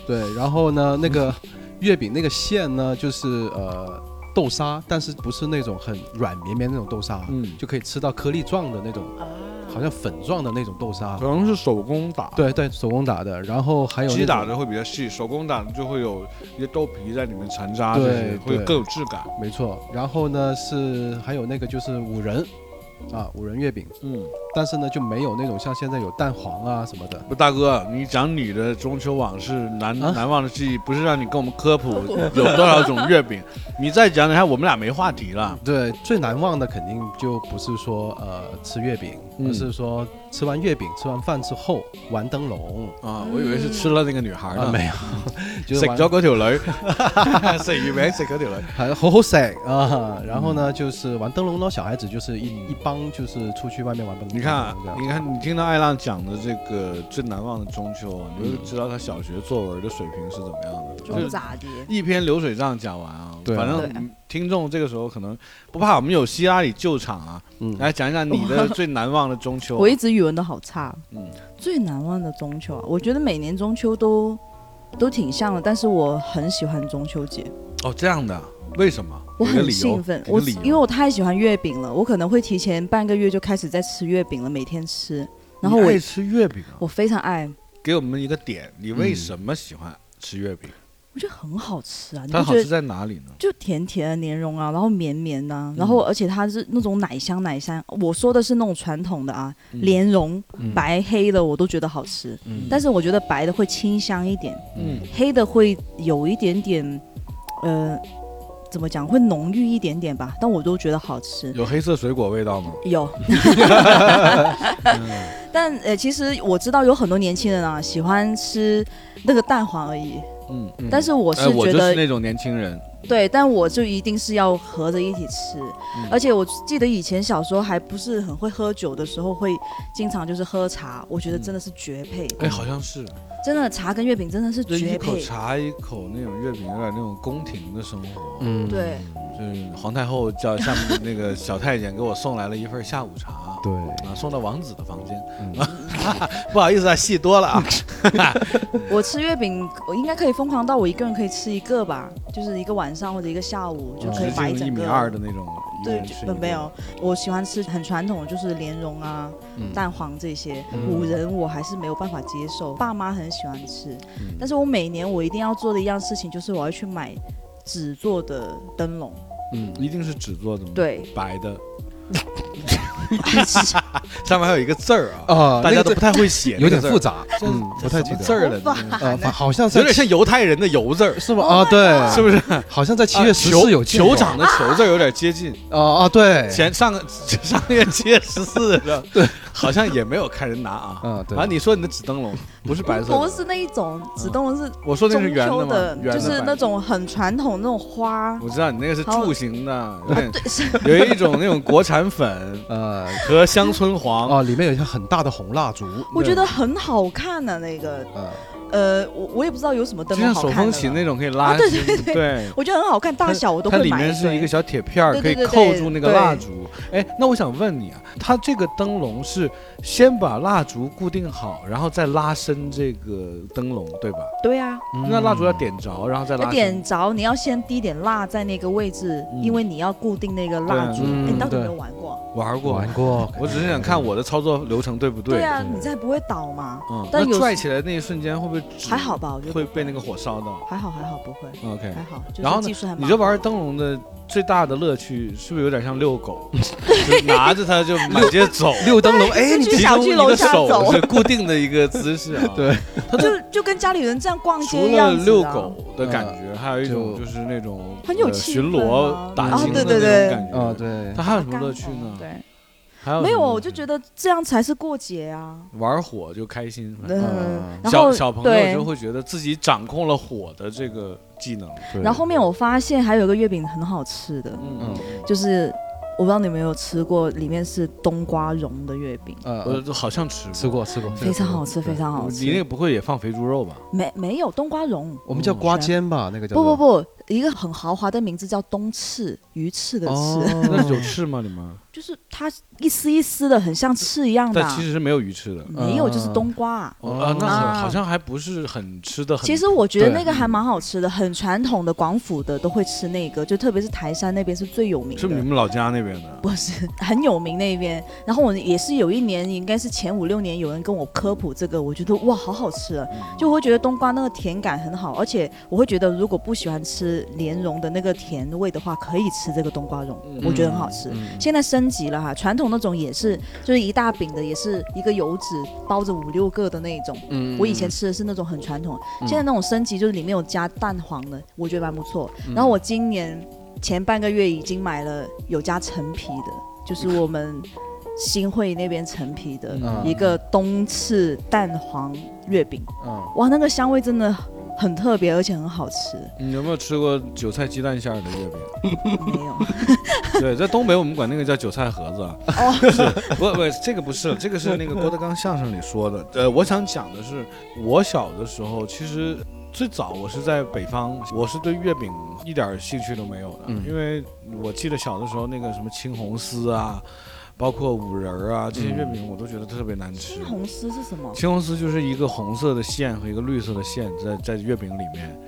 Speaker 3: 对，然后呢，那个 月饼那个馅呢，就是呃豆沙，但是不是那种很软绵绵那种豆沙，
Speaker 1: 嗯，
Speaker 3: 就可以吃到颗粒状的那种，
Speaker 4: 啊
Speaker 3: 好像粉状的那种豆沙
Speaker 1: 可。能是手工打，，
Speaker 3: 对对，手工打的，然后还有
Speaker 1: 机
Speaker 3: 那
Speaker 1: 打
Speaker 3: 种
Speaker 1: 的会比较细，手工打的就会有一些豆皮在里面残渣，
Speaker 3: 对
Speaker 1: 就是会
Speaker 3: 对
Speaker 1: 更有质感。
Speaker 3: 没错，然后呢是还有那个就是五仁，啊五仁月饼，
Speaker 1: 嗯，
Speaker 3: 但是呢就没有那种像现在有蛋黄啊什么的。
Speaker 1: 不，大哥，你讲你的中秋往事、难、
Speaker 3: 啊
Speaker 1: 难忘的记忆，不是让你跟我们科普有多少种月饼， 你再讲讲，我们俩没话题了。
Speaker 3: 对，最难忘的肯定就不是说呃吃月饼，
Speaker 1: 嗯
Speaker 3: 而是说吃完月饼、吃完饭之后玩灯笼。
Speaker 1: 啊，我以为是吃了那个女孩
Speaker 3: 啊，
Speaker 1: 呢，
Speaker 3: 没有， 就是
Speaker 1: 食
Speaker 3: 玩
Speaker 1: 咗嗰條女， 食魚餅食嗰條女。
Speaker 3: 还好好食啊。
Speaker 1: 嗯
Speaker 3: 然后呢，就是玩灯笼咯，小孩子就是一一帮就是出去外面玩灯笼。
Speaker 1: 你看 啊
Speaker 3: 这，样
Speaker 1: 你看，你听到艾浪讲的这个最难忘的中秋啊，你就知道他小学作文的水平是怎么样的，
Speaker 4: 装
Speaker 1: 就是
Speaker 4: 咋的？
Speaker 1: 一篇流水账讲完啊。
Speaker 3: 对啊
Speaker 1: 反
Speaker 4: 对
Speaker 1: 正听众这个时候可能不怕，我们有希拉里救场啊。
Speaker 3: 嗯，
Speaker 1: 来讲一讲你的最难忘的中秋啊。
Speaker 4: 我一直语文都好差。
Speaker 1: 嗯
Speaker 4: 最难忘的中秋啊，我觉得每年中秋都都挺像的，但是我很喜欢中秋节，
Speaker 1: 哦，这样的啊，为什么？
Speaker 4: 我
Speaker 1: 给个
Speaker 4: 很
Speaker 1: 理由
Speaker 4: 兴奋。
Speaker 1: 给个
Speaker 4: 我
Speaker 1: 理由
Speaker 4: 因为我太喜欢月饼了，我可能会提前半个月就开始在吃月饼了，每天吃。然后
Speaker 1: 你
Speaker 4: 我
Speaker 1: 爱吃月饼啊，
Speaker 4: 我非常爱，
Speaker 1: 给我们一个点，你为什么喜欢吃月饼？
Speaker 4: 我觉得很好吃啊，你
Speaker 1: 它
Speaker 4: 不
Speaker 1: 好
Speaker 4: 觉
Speaker 1: 吃
Speaker 4: 得？
Speaker 1: 在哪里呢？
Speaker 4: 就甜甜的莲蓉啊，然后绵绵的
Speaker 1: 嗯
Speaker 4: 啊、然后而且它是那种奶香奶香。我说的是那种传统的啊，
Speaker 1: 嗯
Speaker 4: 莲蓉、
Speaker 1: 嗯
Speaker 4: 白黑的我都觉得好吃，
Speaker 1: 嗯
Speaker 4: 但是我觉得白的会清香一点，
Speaker 1: 嗯
Speaker 4: 黑的会有一点点，呃，怎么讲，会浓郁一点点吧，但我都觉得好吃。
Speaker 1: 有黑色水果味道吗？
Speaker 4: 有，
Speaker 1: 嗯
Speaker 4: 但呃，其实我知道有很多年轻人啊喜欢吃那个蛋黄而已，
Speaker 1: 嗯，
Speaker 4: 但是我
Speaker 1: 我
Speaker 4: 是
Speaker 1: 我
Speaker 4: 觉
Speaker 1: 就
Speaker 4: 得、
Speaker 1: 是那种年轻人，
Speaker 4: 对，但我就一定是要合着一起吃。
Speaker 1: 嗯
Speaker 4: 而且我记得以前小时候还不是很会喝酒的时候，会经常就是喝茶，我觉得真的是绝配，
Speaker 1: 哎，好像是，
Speaker 4: 真的茶跟月饼真的是
Speaker 1: 对，一
Speaker 4: 绝
Speaker 1: 口
Speaker 4: 配。
Speaker 1: 茶一口那种月饼，有点那种宫廷的生活。
Speaker 3: 嗯，
Speaker 4: 对，
Speaker 1: 就是皇太后叫下面那个小太监给我送来了一份下午茶。
Speaker 3: 对，
Speaker 1: 啊，送到王子的房间。
Speaker 3: 嗯
Speaker 1: 不好意思啊，戏多了啊。
Speaker 4: 我吃月饼，我应该可以疯狂到我一个人可以吃一个吧，就是一个晚上或者一个下午就可以
Speaker 1: 哦直
Speaker 4: 买一
Speaker 1: 径一
Speaker 4: 整
Speaker 1: 米
Speaker 4: 个。
Speaker 1: 二的那种，一个
Speaker 4: 对
Speaker 1: 人吃，一
Speaker 4: 不
Speaker 1: 个
Speaker 4: 没有，我喜欢吃很传统的，就是莲蓉啊、
Speaker 3: 嗯
Speaker 4: 蛋黄这些。
Speaker 3: 嗯
Speaker 4: 五仁我还是没有办法接受，爸妈很喜欢吃，
Speaker 1: 嗯
Speaker 4: 但是我每年我一定要做的一样事情就是我要去买纸做的灯笼。
Speaker 1: 嗯，一定是纸做的吗？，
Speaker 4: 对，
Speaker 1: 白的，上面还有一个字儿啊，
Speaker 3: 啊，
Speaker 1: 大
Speaker 3: 那
Speaker 1: 家
Speaker 3: 个
Speaker 1: 都
Speaker 3: 字
Speaker 1: 不太会 写，
Speaker 3: 有点复
Speaker 1: 杂，
Speaker 3: 杂，
Speaker 1: 这
Speaker 3: 嗯，不太记
Speaker 1: 字
Speaker 3: 得，
Speaker 1: 儿了
Speaker 4: 好
Speaker 1: 呢，
Speaker 4: 烦
Speaker 3: 呃，反好像
Speaker 1: 有
Speaker 3: 在
Speaker 1: 点像犹太人的犹字儿，
Speaker 3: 是吧？ 啊，对，
Speaker 1: 是不是？
Speaker 3: 好像在七
Speaker 1: 啊
Speaker 3: 月十
Speaker 1: 酋
Speaker 3: 四有见
Speaker 1: 酋
Speaker 3: 过
Speaker 1: 长的酋字儿有点接近，
Speaker 3: 啊啊，对，
Speaker 1: 前上个上个月七月十四的时候，
Speaker 3: 对，
Speaker 1: 好像也没有看人拿啊。
Speaker 3: 嗯，对，
Speaker 1: 啊，你说你的纸灯笼不是白色
Speaker 4: 不
Speaker 1: 的，
Speaker 4: 是那一种纸灯笼，是
Speaker 1: 我说那是
Speaker 4: 中
Speaker 1: 圆
Speaker 4: 秋
Speaker 1: 的
Speaker 4: 的
Speaker 1: 吗？，圆的
Speaker 4: 就是
Speaker 1: 白
Speaker 4: 那
Speaker 1: 的。
Speaker 4: 种很传统那种花。
Speaker 1: 我知道你那个是
Speaker 4: 好啊
Speaker 1: 柱形的，有点
Speaker 4: 对，是
Speaker 1: 有一种那种国产粉
Speaker 3: 呃
Speaker 1: 和乡村黄，
Speaker 4: 哦
Speaker 3: 啊，里面有一条很大的红蜡烛，
Speaker 4: 我觉得很好看的、那个，
Speaker 3: 呃，
Speaker 4: 呃，我我也不知道有什么
Speaker 1: 就
Speaker 4: 灯笼
Speaker 1: 像
Speaker 4: 好
Speaker 1: 手
Speaker 4: 看
Speaker 1: 风
Speaker 4: 的
Speaker 1: 琴
Speaker 4: 了
Speaker 1: 那种可以拉
Speaker 4: 啊对
Speaker 1: 起，
Speaker 4: 对对
Speaker 1: 对
Speaker 4: 我觉得很好看，大
Speaker 1: 它
Speaker 4: 小我都
Speaker 1: 它
Speaker 4: 会
Speaker 1: 里
Speaker 4: 买
Speaker 1: 面是一
Speaker 4: 堆
Speaker 1: 个小铁片儿，可以
Speaker 4: 对对对
Speaker 1: 扣住那个
Speaker 4: 对
Speaker 1: 蜡烛。哎，那我想问你啊，它这个灯笼是先把蜡烛固定好，然后再拉伸这个灯笼，对吧？
Speaker 4: 对啊，
Speaker 1: 那蜡烛要点着，然后再拉
Speaker 4: 要
Speaker 1: 伸。
Speaker 4: 点着，你要先滴点蜡在那个位置，
Speaker 1: 嗯啊
Speaker 4: 因为你要固定那个蜡烛。
Speaker 3: 嗯
Speaker 4: 你到底有没
Speaker 3: 对
Speaker 4: 有玩过？
Speaker 1: 玩过啊
Speaker 3: 玩，过，
Speaker 1: 我只是想看我的操作流程对不对。
Speaker 4: 啊，你这不会倒吗？
Speaker 1: 嗯，
Speaker 4: 但
Speaker 1: 那
Speaker 4: 有
Speaker 1: 拽起来那一瞬间会不会纸
Speaker 4: 还好吧，我觉得
Speaker 1: 会被那个火烧到
Speaker 4: 还好还好不会，
Speaker 1: ？OK，
Speaker 4: 还好，就
Speaker 1: 哎然后
Speaker 4: 是
Speaker 1: 呢
Speaker 4: 技术还蛮。
Speaker 1: 你这玩灯笼的最大的乐趣是不是有点像遛 狗，就拿着它就满街走？
Speaker 3: 六灯笼，哎，
Speaker 4: 就
Speaker 3: 你
Speaker 4: 去
Speaker 1: 其
Speaker 4: 小
Speaker 1: 中
Speaker 4: 区
Speaker 1: 你
Speaker 4: 楼
Speaker 1: 的
Speaker 4: 下
Speaker 1: 手
Speaker 4: 走，
Speaker 1: 是固定的一个姿势 啊。
Speaker 3: 对，
Speaker 4: 就就跟家里人这样逛
Speaker 1: 除
Speaker 4: 街一
Speaker 1: 了
Speaker 4: 样子、啊。
Speaker 1: 遛狗的感觉，还有一种就
Speaker 3: 就
Speaker 1: 是那种
Speaker 4: 很有
Speaker 1: 呃
Speaker 4: 气
Speaker 1: 巡
Speaker 4: 氛
Speaker 1: 逻
Speaker 4: 啊
Speaker 1: 打
Speaker 3: 嗯
Speaker 1: 金的那
Speaker 3: 啊
Speaker 4: 对对
Speaker 1: 种
Speaker 4: 对
Speaker 1: 感觉。
Speaker 3: 啊，，对，
Speaker 1: 它还有什么乐趣呢？
Speaker 4: 对，
Speaker 1: 还有
Speaker 4: 没有，
Speaker 1: 什么乐
Speaker 4: 我就
Speaker 1: 趣
Speaker 4: 觉得这样才是过节啊。
Speaker 1: 玩火就开心。反正
Speaker 4: 嗯，然
Speaker 1: 小
Speaker 4: 后
Speaker 1: 小朋友
Speaker 4: 对
Speaker 1: 就会觉得自己掌控了火的这个技能。
Speaker 3: 对
Speaker 4: 然后后面我发现还有一个月饼很好吃的，
Speaker 1: 嗯，
Speaker 4: 就是我不知道你们有没有吃过，里面是冬瓜蓉的月饼，
Speaker 3: 呃，
Speaker 1: 我
Speaker 3: 我
Speaker 1: 都好像吃过。
Speaker 3: 吃过吃过，
Speaker 4: 非常好吃，
Speaker 3: 对
Speaker 4: 非常好
Speaker 1: 你那
Speaker 4: 吃
Speaker 1: 个。不会也放肥猪肉吧？
Speaker 4: 没没有冬瓜蓉，
Speaker 3: 我们
Speaker 1: 嗯
Speaker 3: 叫瓜煎吧，那个叫
Speaker 4: 不
Speaker 3: 做
Speaker 4: 不不，一个很豪华的名字叫冬翅，鱼翅的翅，
Speaker 3: 哦
Speaker 1: 那有翅吗？里面？
Speaker 4: 就是它一丝一丝的，很像翅一样的
Speaker 1: 但
Speaker 4: 啊。
Speaker 1: 其实是没有鱼翅的。
Speaker 4: 没有，就是冬瓜啊。
Speaker 1: 哦啊，那好
Speaker 4: 啊
Speaker 1: 好像还不是很吃的很。
Speaker 4: 其实我觉得
Speaker 3: 对
Speaker 4: 那个还蛮好吃的，很传统的广府的都会吃那个，就特别是台山那边是最有名
Speaker 1: 是不是
Speaker 4: 的
Speaker 1: 你。们老家那边的。
Speaker 4: 不是很有名那边，然后我也是有一年，应该是前五六年，有人跟我科普这个，我觉得哇，好好吃啊！就会觉得冬瓜那个甜感很好，而且我会觉得如果不喜欢吃就是莲蓉的那个甜味的话，可以吃这个冬瓜蓉，我觉得很好吃。
Speaker 5: 嗯
Speaker 4: 现在升级了哈，传统那种也是，就是一大饼的，也是一个油脂包着五六个的那一种。
Speaker 3: 嗯
Speaker 4: 我以前吃的是那种很传统，
Speaker 3: 嗯
Speaker 4: 现在那种升级就是里面有加蛋黄的，我觉得蛮不错。然后我今年前半个月已经买了有加陈皮的，就是我们新会那边陈皮的
Speaker 5: 嗯
Speaker 4: 一个冬刺蛋黄月饼，
Speaker 3: 嗯
Speaker 4: 哇，那个香味真的很特别，而且很好吃。
Speaker 1: 嗯你有没有吃过韭菜鸡蛋馅儿的月饼？
Speaker 4: 没有，
Speaker 1: 对，在东北我们管那个叫韭菜盒子。啊。
Speaker 4: 哦
Speaker 1: 是不不，这个不是，这个是那个郭德纲相声里说的。呃，我想讲的是，我小的时候其实。最早我是在北方，我是对月饼一点儿兴趣都没有的，
Speaker 3: 嗯
Speaker 1: 因为我记得小的时候那个什么青红丝啊，包括五仁儿啊这些月
Speaker 3: 嗯
Speaker 1: 饼，我都觉得特别难吃。
Speaker 4: 青红丝是什么？
Speaker 1: 青红丝就是一个红色的线和一个绿色的线在在月饼里面，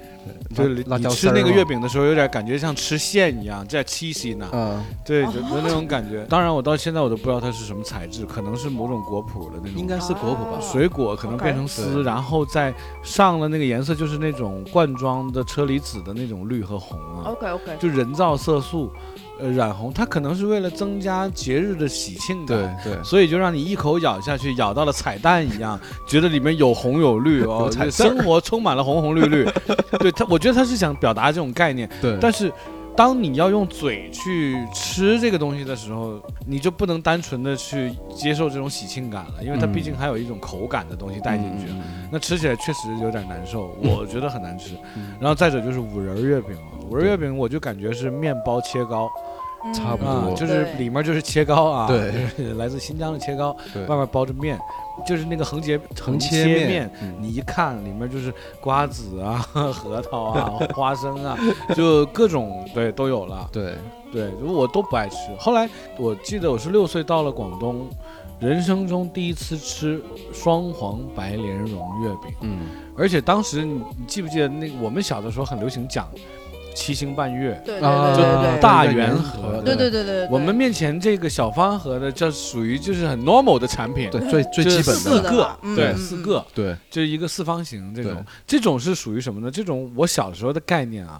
Speaker 1: 就是
Speaker 3: 辣
Speaker 1: 你
Speaker 3: 椒丝
Speaker 1: 吃
Speaker 3: 儿
Speaker 1: 那个月
Speaker 3: 嘛，
Speaker 1: 饼的时候，有点感觉像吃线一样，在七夕呢，
Speaker 3: 嗯，
Speaker 1: 对，
Speaker 4: 哦
Speaker 1: 就就那种感觉。当然，我到现在我都不知道它是什么材质，可能是某种果脯的那种，
Speaker 3: 应该是哦果脯吧？
Speaker 1: 水果可能变成丝，
Speaker 3: 对
Speaker 1: 然后再上了那个颜色，就是那种罐装的车厘子的那种绿和红
Speaker 3: 哦
Speaker 1: 啊，
Speaker 4: OK OK，
Speaker 1: 就人造色素，呃，染红，它可能是为了增加节日的喜庆感。
Speaker 3: 对对，
Speaker 1: 所以就让你一口咬下去，咬到了彩蛋一样，觉得里面有红有绿哦，
Speaker 3: 有彩
Speaker 1: 就
Speaker 3: 色儿
Speaker 1: 生活充满了红红绿绿。 对他，我觉得他是想表达这种概念，
Speaker 3: 对，
Speaker 1: 但是。当你要用嘴去吃这个东西的时候，你就不能单纯的去接受这种喜庆感了，因为它
Speaker 3: 嗯
Speaker 1: 毕竟还有一种口感的东西带进去。啊
Speaker 3: 嗯
Speaker 1: 那吃起来确实有点难受，我觉得很难吃。
Speaker 3: 嗯
Speaker 1: 然后再者就是五仁儿月饼了，五仁儿月饼我就感觉是面包切糕
Speaker 3: 差不
Speaker 1: 啊
Speaker 3: 多，
Speaker 1: 就是
Speaker 4: 嗯对
Speaker 1: 里面就是切糕啊，
Speaker 3: 对，
Speaker 1: 就是 来自新疆的切糕，
Speaker 3: 对
Speaker 1: 外面包着面，就是那个横截
Speaker 3: 横
Speaker 1: 切
Speaker 3: 切
Speaker 1: 面。
Speaker 3: 面，嗯
Speaker 1: 你一看里面就是瓜子啊、 核桃啊、 花生啊，就各种对都有了。
Speaker 3: 对，
Speaker 1: 对，我都不爱吃。后来我记得我是六岁到了广东，人生中第一次吃双黄白莲蓉月饼，
Speaker 3: 嗯
Speaker 1: 而且当时你你记不记得那个我们小的时候很流行讲七星半月，
Speaker 4: 对对
Speaker 3: 啊
Speaker 4: 对对对，
Speaker 1: 大
Speaker 3: 那个
Speaker 1: 圆
Speaker 3: 圆
Speaker 1: 盒
Speaker 3: 盒
Speaker 1: 的
Speaker 4: 对对对对，
Speaker 1: 我们面前这个小方盒的，这属于就是很 normal 的产品。
Speaker 3: 对，最最
Speaker 1: 就是
Speaker 3: 基
Speaker 1: 四
Speaker 3: 本的，
Speaker 1: 个，
Speaker 4: 嗯
Speaker 1: 对，
Speaker 3: 嗯
Speaker 1: 四个，
Speaker 3: 对，
Speaker 1: 就是一个四方形这种
Speaker 3: 对。
Speaker 1: 这种是属于什么呢？这种我小时候的概念啊，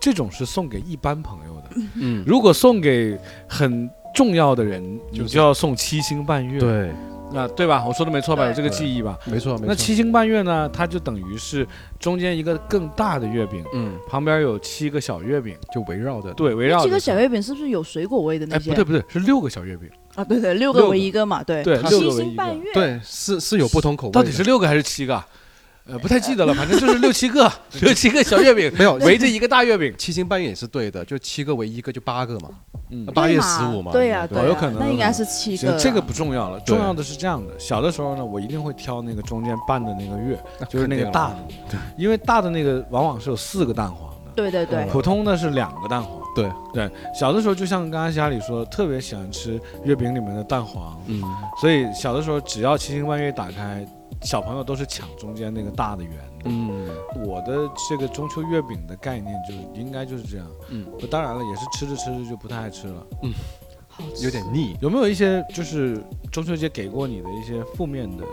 Speaker 1: 这种是送给一般朋友的。
Speaker 3: 嗯，
Speaker 1: 如果送给很重要的人，
Speaker 3: 就是
Speaker 1: 你就要送七星半月，
Speaker 3: 对，
Speaker 1: 啊，对吧？我说的没错吧？
Speaker 4: 对
Speaker 1: 有这个记忆吧？
Speaker 3: 没错没错。
Speaker 1: 那七星半月呢？它就等于是中间一个更大的月饼，
Speaker 3: 嗯，
Speaker 1: 旁边有七个小月饼，
Speaker 3: 就围绕着，
Speaker 1: 对，围绕着
Speaker 4: 这个小月饼是不是有水果味的那
Speaker 1: 哎，
Speaker 4: 些？
Speaker 1: 不对不对，是六个小月饼，
Speaker 4: 啊，对对，六
Speaker 1: 六
Speaker 4: 个
Speaker 1: 个
Speaker 4: 为一个嘛，对
Speaker 1: 对，
Speaker 3: 它
Speaker 1: 六个为
Speaker 2: 星
Speaker 1: 一个
Speaker 2: 半。 月，
Speaker 3: 对，是是有不同口味的，
Speaker 1: 到底是六个还是七个啊？呃，不太记 得了，反正就是六七 个，六七个小月饼，
Speaker 3: 没有
Speaker 1: 围着一个大月饼。
Speaker 3: 七星半月也是对的，就七个为一个就八个嘛，呃
Speaker 1: 嗯
Speaker 3: 那八月十五嘛，啊
Speaker 4: 对呀、
Speaker 3: 应
Speaker 4: 对
Speaker 3: 该
Speaker 1: 哦
Speaker 4: 呀、
Speaker 1: 有可能
Speaker 4: 那应该是七
Speaker 1: 行
Speaker 4: 个，，
Speaker 1: 这个不重要了，重
Speaker 3: 对
Speaker 1: 要的是这样的。小的时候呢，我一定会挑那个中间拌的那个月，就是那个大的，因为大的那个往往是有四个蛋黄的，
Speaker 4: 对对对
Speaker 1: 普通的是两个蛋黄。
Speaker 3: 嗯对
Speaker 1: 对，小的时候就像刚才小李说，特别喜欢吃月饼里面的蛋黄，
Speaker 3: 嗯，
Speaker 1: 所以小的时候只要七星半月打开，小朋友都是抢中间那个大的圆的。
Speaker 3: 嗯
Speaker 1: 我的这个中秋月饼的概念就是应该就是这样。
Speaker 3: 嗯，
Speaker 1: 当然了，也是吃着吃着就不太爱吃了。
Speaker 4: 好吃
Speaker 3: 有点腻，
Speaker 1: 有没有一些就是中秋节给过你的一些负面的、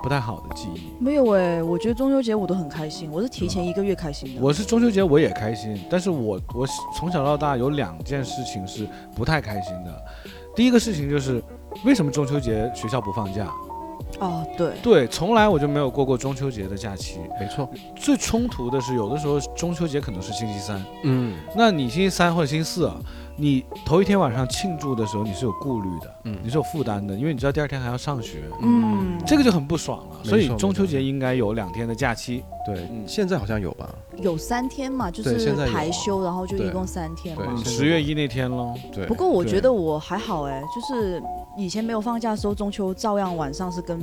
Speaker 1: 不太好的记忆？
Speaker 4: 没有哎、我觉得中秋节我都很开心，我是提前一个月开心的。
Speaker 1: 我是中秋节我也开心，但是我我从小到大有两件事情是不太开心的。第一个事情就是为什么中秋节学校不放假？
Speaker 4: 哦，对，
Speaker 1: 对，从来我就没有过过中秋节的假期。
Speaker 3: 没错，
Speaker 1: 最冲突的是，有的时候中秋节可能是星期三，
Speaker 3: 嗯
Speaker 1: 那你星期三或者星期四啊，你头一天晚上庆祝的时候你是有顾虑的，
Speaker 3: 嗯
Speaker 1: 你是有负担的，因为你知道第二天还要上学。
Speaker 4: 嗯，
Speaker 1: 这个就很不爽了。
Speaker 3: 没
Speaker 1: 所以
Speaker 3: 错
Speaker 1: 中
Speaker 3: 没
Speaker 1: 秋
Speaker 3: 错
Speaker 1: 节应该有两天的假期。
Speaker 3: 对
Speaker 1: 嗯，
Speaker 3: 现在好像有吧，
Speaker 4: 有三天嘛，就
Speaker 3: 对
Speaker 4: 是
Speaker 3: 现在有
Speaker 4: 排休，然后就一
Speaker 3: 对
Speaker 4: 共三天
Speaker 3: 对
Speaker 4: 嘛
Speaker 3: 是。
Speaker 1: 嗯十月一那天喽，
Speaker 3: 对，
Speaker 4: 不过我
Speaker 1: 对
Speaker 4: 觉得我还好哎、就是以前没有放假的时候，中秋照样晚上是跟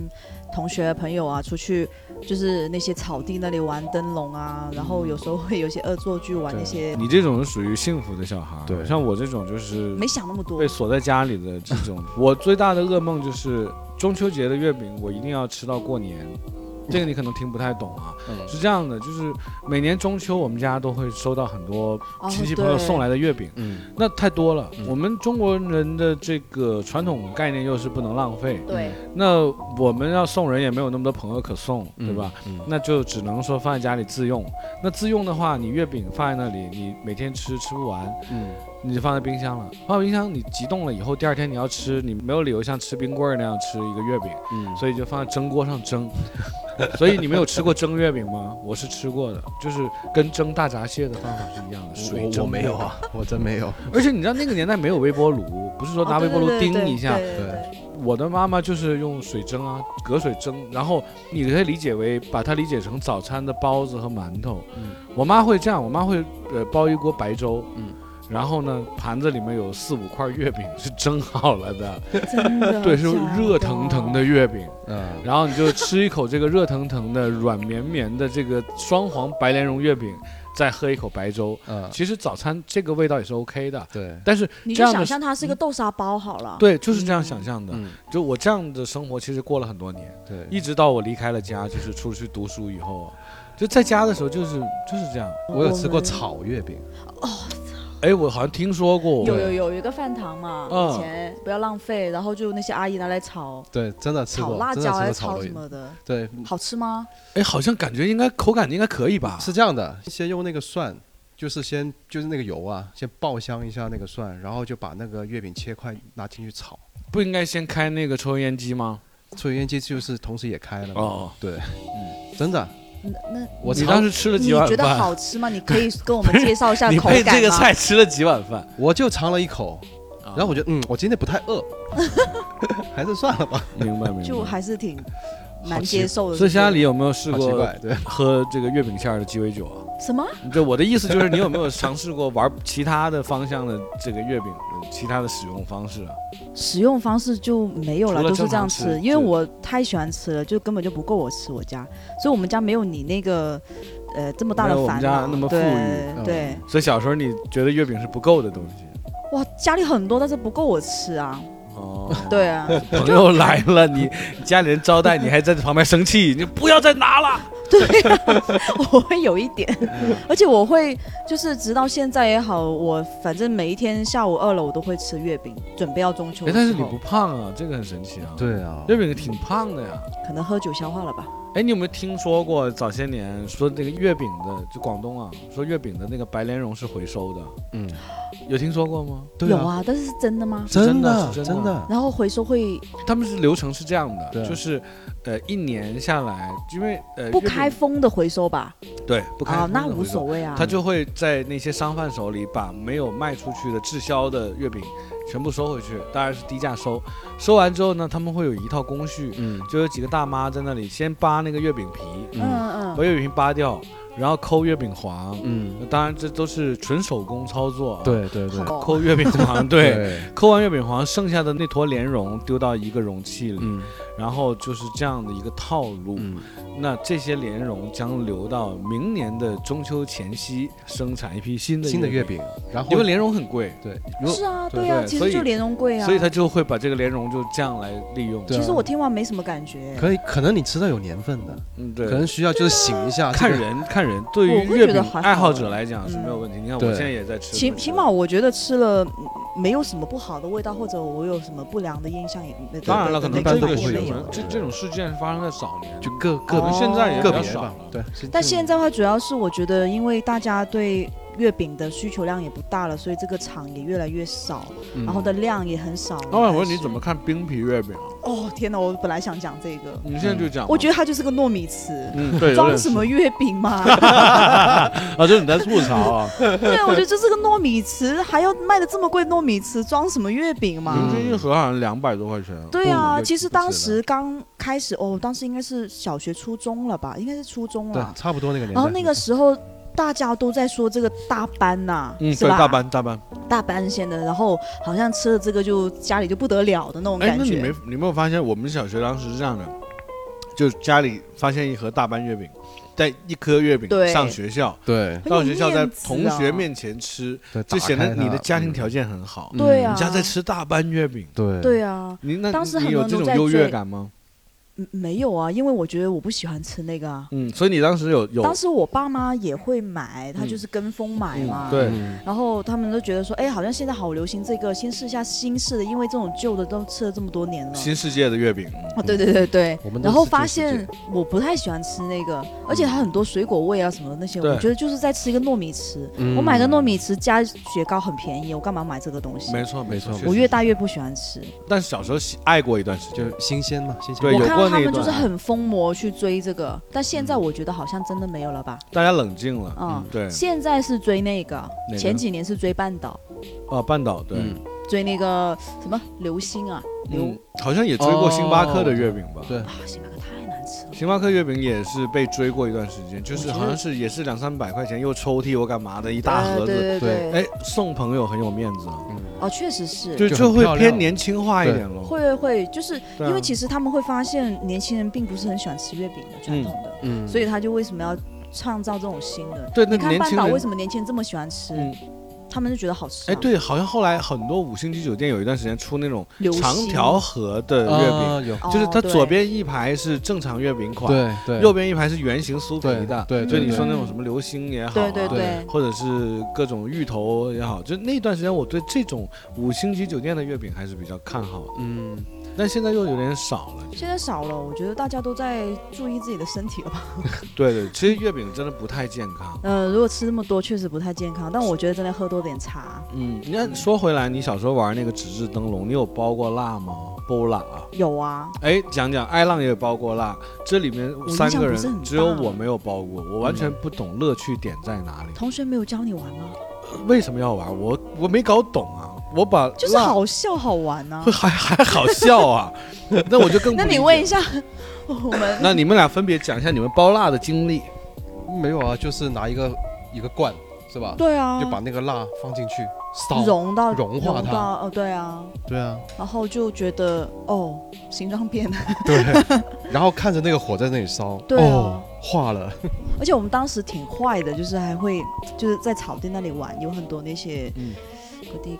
Speaker 4: 同学朋友啊出去，就是那些草地那里玩灯笼啊，然后有时候会有些恶作剧，玩
Speaker 3: 对
Speaker 4: 那些
Speaker 1: 你这种是属于幸福的小孩儿，
Speaker 3: 对
Speaker 1: 像我这种就是
Speaker 4: 没想那么多
Speaker 1: 被。锁在家里的这种。我最大的噩梦就是中秋节的月饼，我一定要吃到过年。这个你可能听不太懂啊。
Speaker 3: 嗯
Speaker 1: 是这样的，就是每年中秋我们家都会收到很多
Speaker 4: 哦
Speaker 1: 亲戚朋友送来的月饼，
Speaker 3: 嗯
Speaker 1: 那太多了。
Speaker 3: 嗯
Speaker 1: 我们中国人的这个传统概念又是不能浪费，
Speaker 4: 对
Speaker 1: 那我们要送人也没有那么多朋友可送，对吧？？
Speaker 3: 嗯
Speaker 1: 那就只能说放在家里自用。那自用的话，你月饼放在那里，你每天吃吃不完，
Speaker 3: 嗯
Speaker 1: 你就放在冰箱了。放在冰箱，你急冻了以后，第二天你要吃，你没有理由像吃冰棍儿那样吃一个月饼，
Speaker 3: 嗯，
Speaker 1: 所以就放在蒸锅上蒸。 所以你没有吃过蒸月饼吗？我是吃过的，就是跟蒸大闸蟹的方法是一样的，嗯水
Speaker 3: 我
Speaker 1: 蒸
Speaker 3: 我没有
Speaker 1: 的。
Speaker 3: 啊，我真没有。
Speaker 1: 而且你知道那个年代没有微波炉，不是说拿微波炉叮一下，
Speaker 4: 哦对对对
Speaker 1: 我的妈妈就是用水蒸啊，隔水蒸，然后你可以理解为把它理解成早餐的包子和馒头。
Speaker 3: 嗯
Speaker 1: 我妈会这样，我妈会呃煲一锅白粥，
Speaker 3: 嗯
Speaker 1: 然后呢盘子里面有四五块月饼是蒸好了 的，
Speaker 4: 真 的
Speaker 1: 对，是
Speaker 4: 假的
Speaker 1: 热腾腾的月饼，
Speaker 3: 嗯，
Speaker 1: 然后你就吃一口这个热腾腾的、软绵绵的这个双黄白莲蓉月饼，再喝一口白粥。
Speaker 3: 嗯，
Speaker 1: 其实早餐这个味道也是 OK 的，
Speaker 3: 对，
Speaker 1: 但是
Speaker 4: 你
Speaker 1: 这
Speaker 4: 就
Speaker 1: 样的嗯
Speaker 4: 想象它是一个豆沙包好了。
Speaker 1: 对，就是这样想象的。
Speaker 3: 嗯
Speaker 1: 就我这样的生活，其实过了很多年。
Speaker 3: 对，
Speaker 1: 一直到我离开了家，就是出去读书以后，啊就在家的时候就是就是这样。
Speaker 3: 我有吃过
Speaker 4: 们
Speaker 3: 炒月饼，
Speaker 1: 哎，我好像听说过，
Speaker 4: 有有有有一个饭堂嘛，
Speaker 1: 嗯
Speaker 4: 以前不要浪费，然后就那些阿姨拿来炒
Speaker 3: 对，真的吃
Speaker 4: 炒
Speaker 3: 过，
Speaker 4: 辣
Speaker 3: 真的
Speaker 4: 椒
Speaker 3: 吃
Speaker 4: 还
Speaker 3: 过
Speaker 4: 是
Speaker 3: 炒
Speaker 4: 炒
Speaker 3: 月
Speaker 4: 什
Speaker 3: 饼。
Speaker 4: 么的，
Speaker 3: 对，
Speaker 4: 好吃吗？
Speaker 1: 哎，好像感觉应该口感应该可以吧？
Speaker 3: 是这样的，先用那个蒜，就是先就是那个油啊，先爆香一下那个蒜，然后就把那个月饼切块拿进去炒。
Speaker 1: 不应该先开那个抽油烟机吗？
Speaker 3: 抽油烟机就是同时也开了嘛，
Speaker 1: 哦，
Speaker 3: 对，真的，
Speaker 4: 那嗯那
Speaker 3: 我
Speaker 1: 你
Speaker 3: 尝
Speaker 1: 当时吃了
Speaker 4: 你
Speaker 1: 几碗
Speaker 4: 觉得
Speaker 1: 饭？
Speaker 4: 好吃吗？你可以跟我们介绍一 下
Speaker 1: 你
Speaker 4: 口
Speaker 1: 配
Speaker 4: 感
Speaker 1: 这个
Speaker 4: 吗
Speaker 1: 菜吃了几碗饭？
Speaker 3: 我就尝了一口，
Speaker 1: 啊
Speaker 3: 然后我觉得嗯，我今天不太 饿，还是算了吧，
Speaker 1: 明白明白。
Speaker 4: 就还是挺
Speaker 3: 好
Speaker 4: 难
Speaker 3: 奇
Speaker 4: 接受的。
Speaker 1: 所以
Speaker 4: 是不是
Speaker 1: 家里有没有试
Speaker 3: 好奇
Speaker 1: 过啊
Speaker 3: 怪，对，
Speaker 1: 喝这个月饼馅儿的鸡尾酒啊？
Speaker 4: 什么？
Speaker 1: 对，我的意思就是你有没有尝试过玩其他的方向的这个月饼，有其他的使用方式啊？
Speaker 4: 使用方式就没有了，
Speaker 1: 除了
Speaker 4: 都是这样
Speaker 1: 正常
Speaker 4: 吃，
Speaker 1: 吃
Speaker 4: 因为我太喜欢吃了，就根本就不够我吃我家，所以我们家没有你那个呃这么大
Speaker 1: 没有
Speaker 4: 的
Speaker 1: 我们
Speaker 4: 烦
Speaker 1: 家
Speaker 4: 恼，
Speaker 1: 那么富
Speaker 4: 对
Speaker 1: 裕嗯
Speaker 4: 对，
Speaker 1: 所以小时候你觉得月饼是不够的东西。
Speaker 4: 哇，家里很多，但是不够我吃啊，
Speaker 1: 哦，
Speaker 4: 对 啊，
Speaker 1: 朋友来了，你你家里人招待你还在旁边生气，你不要再拿了。
Speaker 4: 我会有一点，
Speaker 1: 嗯
Speaker 4: 而且我会就是直到现在也好，我反正每一天下午饿了我都会吃月饼，准备要中秋
Speaker 1: 哎
Speaker 4: 的，时候。
Speaker 1: 但是你不胖啊，这个很神奇啊。，
Speaker 3: 对啊，
Speaker 1: 月饼挺胖的呀。
Speaker 4: 可能喝酒消化了吧？
Speaker 1: 哎，你有没有听说过早些年说这个月饼的，就广东啊，说月饼的那个白莲蓉是回收的，
Speaker 3: 嗯，
Speaker 1: 有听说过吗？
Speaker 3: 对
Speaker 4: 有，啊，但是是真的吗？
Speaker 3: 真
Speaker 1: 的是真的
Speaker 3: 真的，
Speaker 4: 然后回收会
Speaker 1: 他们是流程是这样
Speaker 3: 对
Speaker 1: 的，就是呃一年下来，因为呃
Speaker 4: 不
Speaker 1: 月饼
Speaker 4: 开封的回收吧？
Speaker 1: 对不开
Speaker 4: 啊，
Speaker 1: 封
Speaker 4: 那
Speaker 1: 的
Speaker 4: 无
Speaker 1: 回收
Speaker 4: 所谓啊。
Speaker 1: 他就会在那些商贩手里把没有卖出去的滞销的月饼全部收回去，当然是低价收。收完之后呢，他们会有一套工序，
Speaker 3: 嗯
Speaker 1: 就有几个大妈在那里先扒那个月饼皮，
Speaker 3: 嗯
Speaker 4: 嗯
Speaker 1: 把月饼皮扒掉，然后抠月饼黄。
Speaker 3: 嗯，
Speaker 1: 当然，这都是纯手工操作、啊。，
Speaker 3: 对对对
Speaker 4: 嗯，好
Speaker 1: 抠月饼黄，对，
Speaker 3: 对，
Speaker 1: 抠完月饼黄，剩下的那坨莲蓉丢到一个容器里，
Speaker 3: 嗯
Speaker 1: 然后就是这样的一个套路。
Speaker 3: 嗯，
Speaker 1: 那这些莲蓉将留到明年的中秋前夕生产一批新的
Speaker 3: 新的
Speaker 1: 月
Speaker 3: 月饼，然后
Speaker 1: 因为莲蓉很贵，
Speaker 3: 对，如果
Speaker 4: 是啊，
Speaker 1: 哦对
Speaker 4: 对啊，
Speaker 1: 对
Speaker 4: 其
Speaker 1: 所
Speaker 4: 实
Speaker 1: 以
Speaker 4: 就莲蓉贵啊。
Speaker 1: 所以他就会把这个莲蓉就这样来利用。
Speaker 3: 对啊
Speaker 4: 其实我听完没什么感觉，
Speaker 3: 可以，可能你吃到有年份的，
Speaker 1: 嗯，
Speaker 3: 可
Speaker 1: 对，
Speaker 3: 能需要就是醒一下，
Speaker 1: 看
Speaker 3: 这个
Speaker 1: 人看人，对于
Speaker 4: 我会
Speaker 1: 月饼
Speaker 4: 觉得还好
Speaker 1: 爱好者来讲
Speaker 4: 嗯
Speaker 1: 是没有问题。你看我
Speaker 3: 对
Speaker 1: 现在也在吃，
Speaker 4: 起起码我觉得吃了嗯没有什么不好的味道，或者我有什么不良的印象也没。
Speaker 1: 当然了，可能
Speaker 3: 一般
Speaker 1: 这
Speaker 3: 都
Speaker 1: 个
Speaker 3: 不会
Speaker 1: 事
Speaker 3: 有
Speaker 4: 没
Speaker 1: 情
Speaker 3: 人
Speaker 1: 这这种事件是发生在早年，
Speaker 3: 就个
Speaker 1: 可
Speaker 3: 个
Speaker 1: 能
Speaker 4: 哦
Speaker 1: 现在也
Speaker 3: 个
Speaker 1: 比较
Speaker 3: 别
Speaker 1: 少
Speaker 3: 吧
Speaker 1: 了，。
Speaker 3: 对。是
Speaker 4: 但
Speaker 3: 这
Speaker 4: 现
Speaker 3: 种
Speaker 4: 在的话，主要是我觉得，因为大家对月饼的需求量也不大了，所以这个厂也越来越少，
Speaker 1: 嗯
Speaker 4: 然后的量也很少了。
Speaker 1: 老板说
Speaker 4: 还
Speaker 1: 你
Speaker 4: 是
Speaker 1: 怎么看冰皮月饼啊？
Speaker 4: 哦，天哪！我本来想讲这个，
Speaker 1: 你现在就讲吧，
Speaker 4: 我觉得它就是个糯米糍，
Speaker 1: 嗯，对，有
Speaker 4: 装
Speaker 1: 点
Speaker 4: 什么月饼嘛？
Speaker 1: 啊？这是你在吐槽啊？
Speaker 4: 对，我觉得就是个糯米糍，还要卖的这么贵，糯米糍装什么月饼嘛？
Speaker 1: 平均一盒好像两百多块钱。
Speaker 4: 对啊，
Speaker 3: 嗯
Speaker 1: 不
Speaker 4: 其实当时。
Speaker 1: 不止了
Speaker 4: 刚开始，哦，当时应该是小学、初中了吧？应该是初中
Speaker 3: 对
Speaker 4: 了，。
Speaker 3: 差不多那个年代。
Speaker 4: 然后哦那个时候大家都在说这个大班呐、
Speaker 1: 嗯，
Speaker 4: 是
Speaker 1: 对，
Speaker 4: 吧？
Speaker 1: 大班大班。
Speaker 4: 大班先的，然后好像吃了这个就家里就不得了的那种
Speaker 1: 哎
Speaker 4: 感，
Speaker 1: 那你
Speaker 4: 觉
Speaker 1: 没。你没有发现我们小学当时是这样的，就是家里发现一盒大班月饼，带一颗月饼
Speaker 4: 对
Speaker 1: 上学校，
Speaker 3: 对
Speaker 4: 很有
Speaker 1: 到学校在
Speaker 4: 面子
Speaker 1: 同学
Speaker 4: 啊
Speaker 1: 面前吃，
Speaker 3: 对，
Speaker 1: 就
Speaker 3: 打
Speaker 1: 显得
Speaker 3: 开
Speaker 1: 你的
Speaker 3: 它
Speaker 1: 家庭
Speaker 3: 嗯
Speaker 1: 条件很好。
Speaker 4: 对啊，
Speaker 1: 你家在吃大班月饼，
Speaker 3: 对
Speaker 4: 对啊，
Speaker 1: 你那
Speaker 4: 当时
Speaker 1: 你
Speaker 4: 很
Speaker 1: 有
Speaker 4: 多
Speaker 1: 这
Speaker 4: 都
Speaker 1: 种
Speaker 4: 在
Speaker 1: 优越
Speaker 4: 追
Speaker 1: 感吗？
Speaker 4: 嗯没有啊，因为我觉得我不喜欢吃那个啊。
Speaker 1: 嗯，所以你当时有有
Speaker 4: 当时我爸妈也会买，他就是跟风买
Speaker 1: 嗯
Speaker 4: 嘛。
Speaker 1: 对
Speaker 3: 嗯
Speaker 4: 然后他们都觉得说，哎，好像现在好流行这个，先试一下新式的，因为这种旧的都吃了这么多年了。
Speaker 1: 新世界的月饼，
Speaker 4: 哦，对对对对
Speaker 3: 我们，都
Speaker 4: 然后
Speaker 3: 是
Speaker 4: 发
Speaker 3: 旧世界
Speaker 4: 现我不太喜欢吃那个，而且它很多水果味啊什么的那些，
Speaker 1: 对
Speaker 4: 我觉得就是在吃一个糯米糍。
Speaker 3: 嗯
Speaker 4: 我买个糯米糍加雪糕很便宜，我干嘛买这个东西？
Speaker 1: 没错
Speaker 3: 没错
Speaker 1: 确实
Speaker 4: 我越大越不喜欢吃。
Speaker 1: 但是小时候喜爱过一段时间，
Speaker 3: 就新鲜嘛，新鲜。
Speaker 1: 对
Speaker 4: 我
Speaker 1: 有
Speaker 4: 看
Speaker 1: 过
Speaker 4: 到他
Speaker 1: 那一
Speaker 4: 们就
Speaker 1: 段
Speaker 4: 是
Speaker 1: 啊
Speaker 4: 很疯魔去追这个，但现在我觉得好像真的没有了吧？
Speaker 1: 大家冷静了。
Speaker 4: 嗯，
Speaker 1: 对，
Speaker 4: 现在是追那个
Speaker 1: 哪，个
Speaker 4: 前几年是追半岛，
Speaker 1: 啊，半岛对，
Speaker 3: 嗯
Speaker 4: 追那个什么流星啊，流、
Speaker 1: 嗯，好像也追过星巴克的月饼吧？
Speaker 3: 对
Speaker 4: 啊，星巴克太难吃了。
Speaker 1: 星巴克月饼也是被追过一段时间，就是
Speaker 4: 我觉得
Speaker 1: 好像是也是两三百块钱，又抽屉又干嘛的一大
Speaker 4: 呃
Speaker 1: 盒子。
Speaker 4: 对对
Speaker 3: 对
Speaker 4: 对，
Speaker 1: 哎，送朋友很有面子啊，
Speaker 4: 哦，确实是，
Speaker 1: 就
Speaker 3: 就
Speaker 1: 就
Speaker 3: 很
Speaker 1: 会
Speaker 3: 漂
Speaker 1: 偏
Speaker 3: 亮
Speaker 1: 年轻化一
Speaker 3: 对
Speaker 1: 点喽。
Speaker 4: 会会，就是
Speaker 1: 对啊
Speaker 4: 因为其实他们会发现年轻人并不是很喜欢吃月饼的传统的，
Speaker 3: 嗯
Speaker 4: 所以他就为什么要创造这种新的？
Speaker 1: 对，那
Speaker 4: 你看
Speaker 1: 年
Speaker 4: 半
Speaker 1: 轻
Speaker 4: 岛
Speaker 1: 人
Speaker 4: 为什么年轻人这么喜欢吃？
Speaker 1: 嗯
Speaker 4: 他们就觉得好吃、啊。
Speaker 1: 哎，，对，好像后来很多五星级酒店有一段时间出那种
Speaker 4: 流
Speaker 1: 长
Speaker 4: 心
Speaker 1: 条盒的月饼，
Speaker 3: 啊有，
Speaker 4: 哦
Speaker 1: 就是它
Speaker 4: 对
Speaker 1: 左边一排是正常月饼款，
Speaker 3: 对对，
Speaker 1: 右边一排是圆形酥皮
Speaker 3: 对
Speaker 1: 的。
Speaker 3: 嗯对，
Speaker 1: 就
Speaker 3: 对
Speaker 1: 你
Speaker 3: 对
Speaker 1: 说那种什么流星也好、啊，
Speaker 4: 对对
Speaker 3: 对
Speaker 4: 对
Speaker 1: 或者是各种芋头也好，就那段时间我对这种五星级酒店的月饼还是比较看好的，
Speaker 3: 嗯，
Speaker 1: 但现在又有点少了。
Speaker 4: 现在少了，我觉得大家都在注意自己的身体了吧？
Speaker 1: 对对，其 实月饼真的不太健康。
Speaker 4: 呃，如果吃那么多，确实不太健康。但我觉得真的喝多点茶。
Speaker 1: 嗯，你看说回来，你小时候玩那个纸质灯笼，你有包过蜡吗？包蜡啊？
Speaker 4: 有啊，
Speaker 1: 哎，讲讲艾浪也包过蜡，这里面
Speaker 4: 印
Speaker 1: 三
Speaker 4: 象
Speaker 1: 个
Speaker 4: 不是很
Speaker 1: 人只有
Speaker 4: 大
Speaker 1: 我没有包过，我完全不懂乐趣点在哪里，
Speaker 4: 同学没有教你玩吗？
Speaker 1: 为什么要玩？我我没搞懂啊，我把
Speaker 4: 就是
Speaker 1: 蜡。
Speaker 4: 好笑好玩啊
Speaker 1: 还还好笑啊，那我就更不
Speaker 4: 那
Speaker 1: 理
Speaker 4: 你
Speaker 1: 解
Speaker 4: 问一下 我们，
Speaker 1: 那你们俩分别讲一下你们包蜡的经历。
Speaker 3: 没有啊，就是拿一个一个罐是吧？
Speaker 4: 对啊，
Speaker 3: 就把那个蜡放进去烧，
Speaker 4: 融到
Speaker 3: 融化它
Speaker 4: 到哦，对啊，
Speaker 3: 对啊，
Speaker 4: 然后就觉得哦，形状变了，
Speaker 3: 对，然后看着那个火在那里烧，
Speaker 4: 对啊
Speaker 3: 哦，化了，
Speaker 4: 而且我们当时挺坏的，就是还会就是在草地那里玩，有很多那些
Speaker 1: 嗯
Speaker 4: 嗰啲